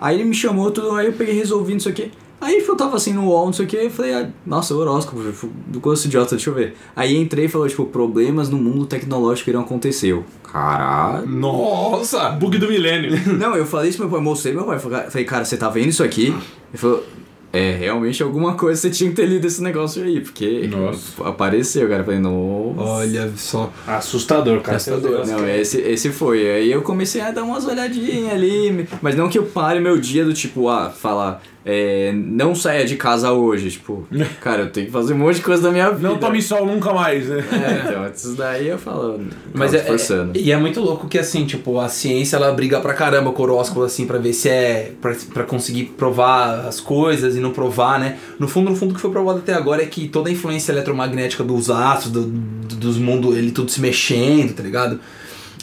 C: Aí ele me chamou, tudo, aí eu peguei resolvi isso aqui. Aí eu tava assim no UOL, não sei o que, eu falei, ah, nossa, horóscopo, eu fui- do curso idiota, deixa eu ver. Aí entrei e falou, tipo, problemas no mundo tecnológico irão acontecer. Eu, Caralho.
D: Nossa!
H: Bug do milênio.
C: Não, eu falei isso pro meu pai, mostrei pro meu pai. Falei, cara, você tá vendo isso aqui? Ele falou, é, realmente alguma coisa você tinha que ter lido esse negócio aí, porque
E: Nossa.
C: apareceu, cara. Eu falei, nossa.
D: Olha só.
H: Assustador, cara.
D: Assustador.
C: Não, esse, esse foi. Aí eu comecei a dar umas olhadinhas ali, me- mas não que eu pare meu dia do tipo, ah, falar, é, não saia de casa hoje. Tipo, cara, eu tenho que fazer um monte de coisa da minha vida.
E: Não tome sol nunca mais, né?
C: É, então, isso daí eu falo,
D: Mas
C: tô
D: é,
C: forçando.
D: é- e é muito louco que assim, tipo, a ciência ela briga pra caramba com o horóscopo assim pra ver se é pra, pra conseguir provar as coisas e não provar, né? No fundo, no fundo o que foi provado até agora é que toda a influência eletromagnética dos astros, do- do- dos mundos, ele tudo se mexendo, tá ligado?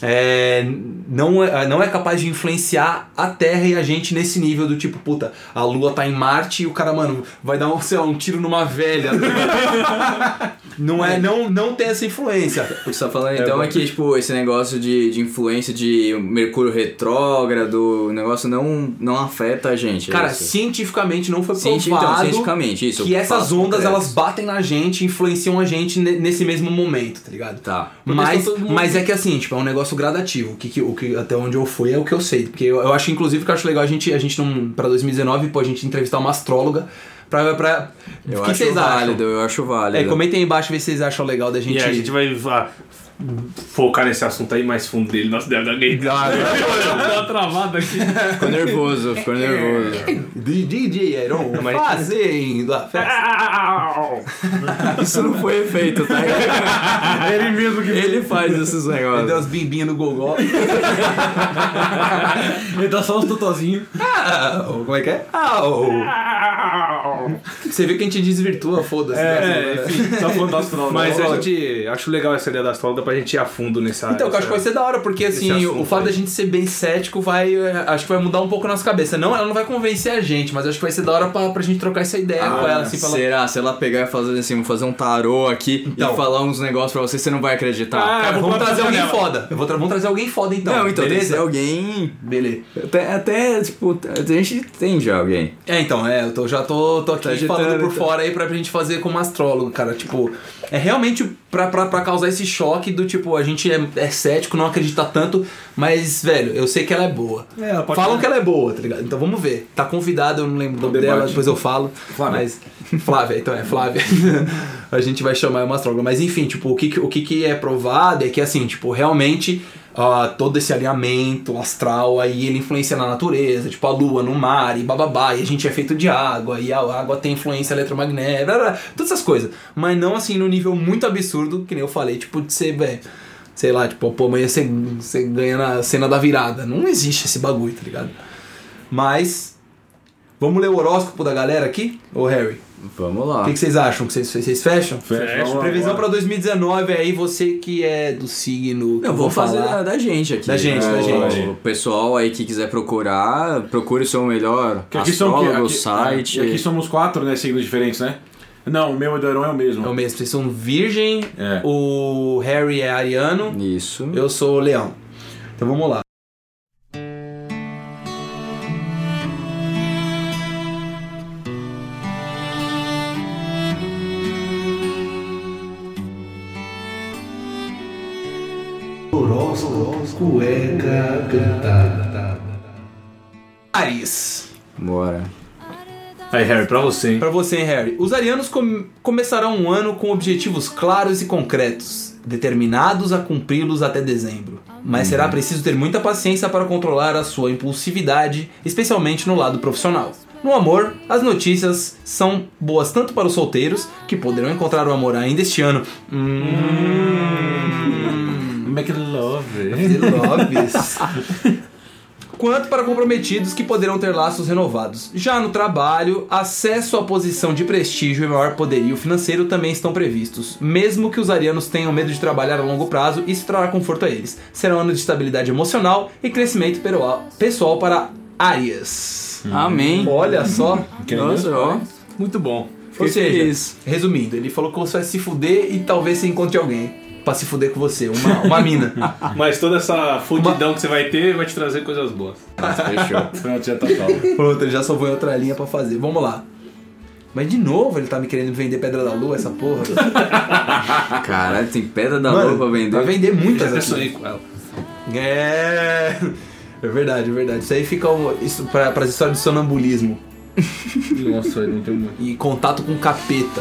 D: É, não, é, não é capaz de influenciar a Terra e a gente nesse nível do tipo, puta, a Lua tá em Marte e o cara, mano, vai dar um, sei lá, um tiro numa velha. tá ligado? não é, não, não tem essa influência.
C: O que você tá falando então é, que, tipo, esse negócio de, de influência de Mercúrio retrógrado, o negócio não, não afeta a gente. é
D: Cara,
C: isso?
D: cientificamente não foi provado
C: Cienti- então, cientificamente, isso.
D: que essas
C: fatos
D: ondas
C: concretos.
D: elas batem na gente, influenciam a gente ne- nesse mesmo momento, tá ligado?
C: Tá.
D: Mas,
H: tá todo mundo-
D: mas é que assim, tipo, é um negócio gradativo. O que, que- o que, até onde eu fui é o que eu sei. Porque eu, eu acho, inclusive, que eu acho legal a gente, a gente não. Pra 2019, pô, a gente entrevistar uma astróloga pra. pra
C: Eu
D: o que
C: acho
D: vocês
C: válido,
D: acham?
C: eu acho válido.
D: É, comentem aí embaixo, ver se vocês acham legal da gente.
H: E a gente vai. ah,
J: focar nesse assunto aí mais fundo dele. Nossa, deu Deu uma travada aqui.
C: Ficou nervoso,
D: É.
C: ficou nervoso.
D: DJ Heron, fazendo a festa.
C: Isso não foi efeito, tá?
E: Ele mesmo que
C: Ele faz esses
D: Ele deu
C: negócios.
D: umas bimbinhas no gogó. Ele dá só uns totozinhos. Ah, como é que é? Ah, Você vê que a gente desvirtua, foda-se. né?
J: É, enfim, só falando da astróloga.
D: Mas
J: Mas
D: a
J: a gente. Acho legal essa ideia da astróloga pra gente ir a fundo nessa.
D: Então, que eu acho que vai ser da hora, porque assim,
J: assunto
D: o fato
J: aí.
D: da gente ser bem cético vai. eh, Acho que vai mudar um pouco a nossa cabeça. Não, ela não vai convencer a gente, mas acho que vai ser da hora pra, pra gente trocar essa ideia
J: Ah,
D: com ela, assim, pra ela.
C: Ah, Será? Se ela pegar e fazer assim, vou fazer um tarô aqui
D: Então.
C: e falar uns negócios pra você, você não vai acreditar.
J: Ah,
D: Cara,
J: eu vou
D: vamos trazer
J: pra
D: alguém
J: janela.
D: foda. Eu vou tra- vamos trazer alguém foda então.
C: não, então tem que ser
D: beleza?
C: alguém.
D: Beleza.
C: Até, até, tipo, a gente tem já alguém.
D: É, então, é, eu tô- já tô, tô aqui
C: Tá agitando,
D: falando por
C: então.
D: fora aí pra gente fazer como astrólogo, cara. Tipo, é realmente pra, pra, pra causar esse choque do tipo, a gente é, é cético, não acredita tanto, mas, velho, eu sei que ela é boa.
J: É, ela pode-
D: Falam que ela é boa, tá ligado? Então vamos ver. Tá convidada, eu não lembro o nome dela, depois eu falo. Flávia. Mas, Flávia, então é, Flávia. a gente vai chamar uma astróloga. Mas enfim, tipo, o que, que- o que, que é provado é que, assim, tipo, realmente. ah, todo esse alinhamento astral aí ele influencia na natureza, tipo a lua no mar e bababá, e a gente é feito de água, e a água tem influência eletromagnética, blá, blá, blá, todas essas coisas, mas não assim no nível muito absurdo, que nem eu falei, tipo de ser, velho, sei lá, tipo, pô, amanhã você, você ganha na cena da virada, não existe esse bagulho, tá ligado? Mas, vamos ler o horóscopo da galera aqui, ô Harry?
C: Vamos lá.
D: O que, que vocês acham? Que vocês, vocês fecham?
E: Fecha, né? vamos lá.
D: Previsão pra 2019 aí, você que é do signo. que
C: Eu
D: eu
C: vou fazer da,
D: falar.
C: da gente aqui. né?
D: Da gente, da
C: O-
D: gente.
C: O pessoal aí que quiser procurar, procure o seu melhor
E: Que aqui são o quê?
C: astrólogo,
E: Aqui-
C: site.
E: E aqui somos quatro, né? Signos diferentes, né? Não, o meu e do Heron é o mesmo.
D: É o mesmo, vocês são virgem,
E: É.
D: o Harry é ariano,
C: Isso.
D: eu sou leão. Então vamos lá.
H: Cueca cantada.
D: Ares.
C: Bora.
J: Aí, Harry, pra você, hein?
D: Pra você, hein, Harry. Os arianos com- começarão um ano com objetivos claros e concretos, determinados a cumpri-los até dezembro. Mas será preciso ter muita paciência para controlar a sua impulsividade, especialmente no lado profissional. No amor, as notícias são boas tanto para os solteiros, que poderão encontrar o amor ainda este ano. Hum.
E: Make love.
D: The Lobbies. Quanto para comprometidos que poderão ter laços renovados. Já no trabalho, acesso à posição de prestígio e maior poderio financeiro também estão previstos. Mesmo que os arianos tenham medo de trabalhar a longo prazo, isso trará conforto a eles. Será um ano de estabilidade emocional e crescimento peroa- pessoal para Arias.
C: Hum. Amém.
D: Olha só.
C: Nossa, ó.
J: Muito bom.
D: Ou seja,
C: feliz.
D: resumindo, ele falou que você vai se fuder e talvez você encontre alguém pra se fuder com você, uma, uma mina.
J: Mas toda essa fudidão que você vai ter vai te trazer coisas boas.
C: Fechou.
E: Pronto, já tá salvo.
D: Pronto, ele já salvou em outra linha pra fazer. Vamos lá. Mas de novo ele tá me querendo vender Pedra da Lua, essa porra.
C: Caralho, tem pedra da
D: Mano,
C: lua pra
D: Vai
C: vender.
D: vender muitas
J: Eu
D: aqui.
J: sonhei com ela.
D: É. É verdade, é verdade. Isso aí fica um, isso pra, pras histórias de sonambulismo
E: Nossa, não tem muito.
D: e contato com capeta.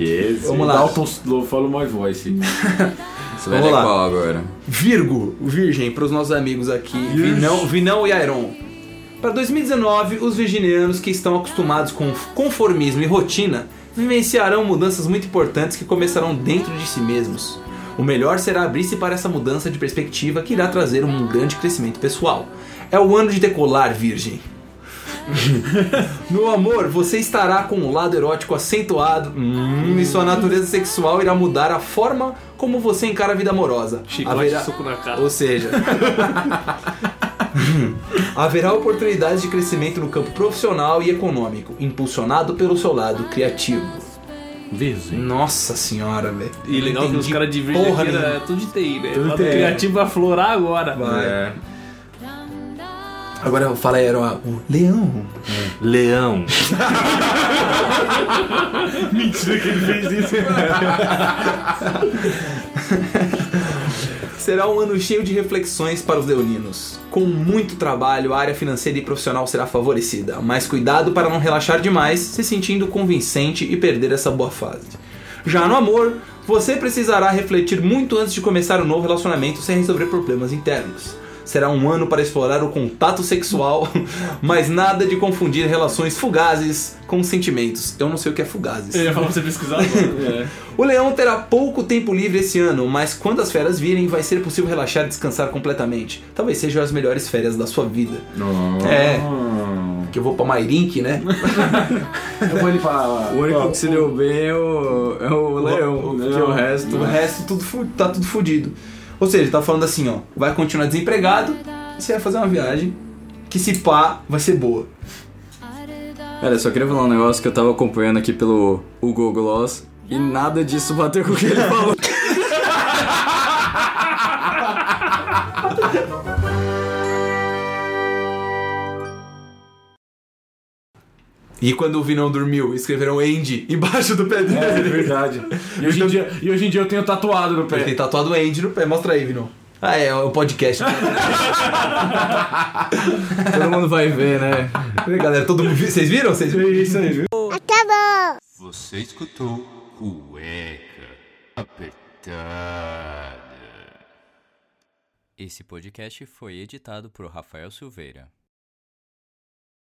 C: Yes.
D: Vamos lá.
E: Dalton Slow, fala uma voice.
C: Você vai
D: Vamos
C: ler
D: lá.
C: qual agora?
D: Virgo, Virgem, para os nossos amigos aqui, Vinão, Vinão e Iron. Para 2019, os virginianos que estão acostumados com conformismo e rotina vivenciarão mudanças muito importantes que começarão dentro de si mesmos. O melhor será abrir-se para essa mudança de perspectiva que irá trazer um grande crescimento pessoal. É o ano de decolar, Virgem. No amor, você estará com um lado erótico acentuado hum, e sua natureza sexual irá mudar a forma como você encara a vida amorosa.
J: Chicote
D: Haverá-
J: soco na cara.
D: Ou seja, haverá oportunidades de crescimento no campo profissional e econômico, impulsionado pelo seu lado criativo.
J: Virgem.
D: Nossa senhora, velho.
J: E legal que os
D: Entendi
J: caras de virgem
D: porra
J: aqui
D: nenhuma.
J: era tudo de TI, né?
E: Tudo
J: Lado
E: TI.
J: criativo aflorar agora.
D: Vai.
E: É.
D: Agora eu falei, era uma- o leão.
J: Leão.
E: Mentira que ele fez isso.
D: Será um ano cheio de reflexões para os leoninos. Com muito trabalho, a área financeira e profissional será favorecida, mas cuidado para não relaxar demais, se sentindo convincente e perder essa boa fase. Já no amor, Você precisará refletir muito antes de começar um novo relacionamento sem resolver problemas internos. Será um ano para explorar o contato sexual, mas nada de confundir relações fugazes com sentimentos. Eu não sei o que é fugazes.
J: Eu ia falar pra você pesquisar agora. É.
D: O leão terá pouco tempo livre esse ano, mas quando as férias virem, vai ser possível relaxar e descansar completamente. Talvez sejam as melhores férias da sua vida. É. Que eu vou pra Mairink, né?
I: Eu vou ali pra.
C: O único que se deu bem é o, é o leão,
D: o-
C: porque o resto...
D: O resto tudo fu- tá tudo fudido. Ou seja, ele tá falando assim, ó, vai continuar desempregado, você vai fazer uma viagem que se pá vai ser boa.
C: Cara, eu só queria falar um negócio que eu tava acompanhando aqui pelo Google Gloss e nada disso bateu com o que ele falou.
D: E quando o Vinão dormiu, escreveram Andy embaixo do pé dele. Então,
I: É verdade. E hoje, em dia, e hoje em dia eu tenho tatuado no
D: Ele
I: pé.
D: tem tatuado Andy no pé, mostra aí, Vinão. Ah, é, é o podcast.
C: Todo mundo vai ver, né?
D: Galera, todo mundo. viu? Vocês viram? Vocês viram?
I: Isso aí, viu?
A: Você escutou cueca apertada.
K: Esse podcast foi editado por Rafael Silveira.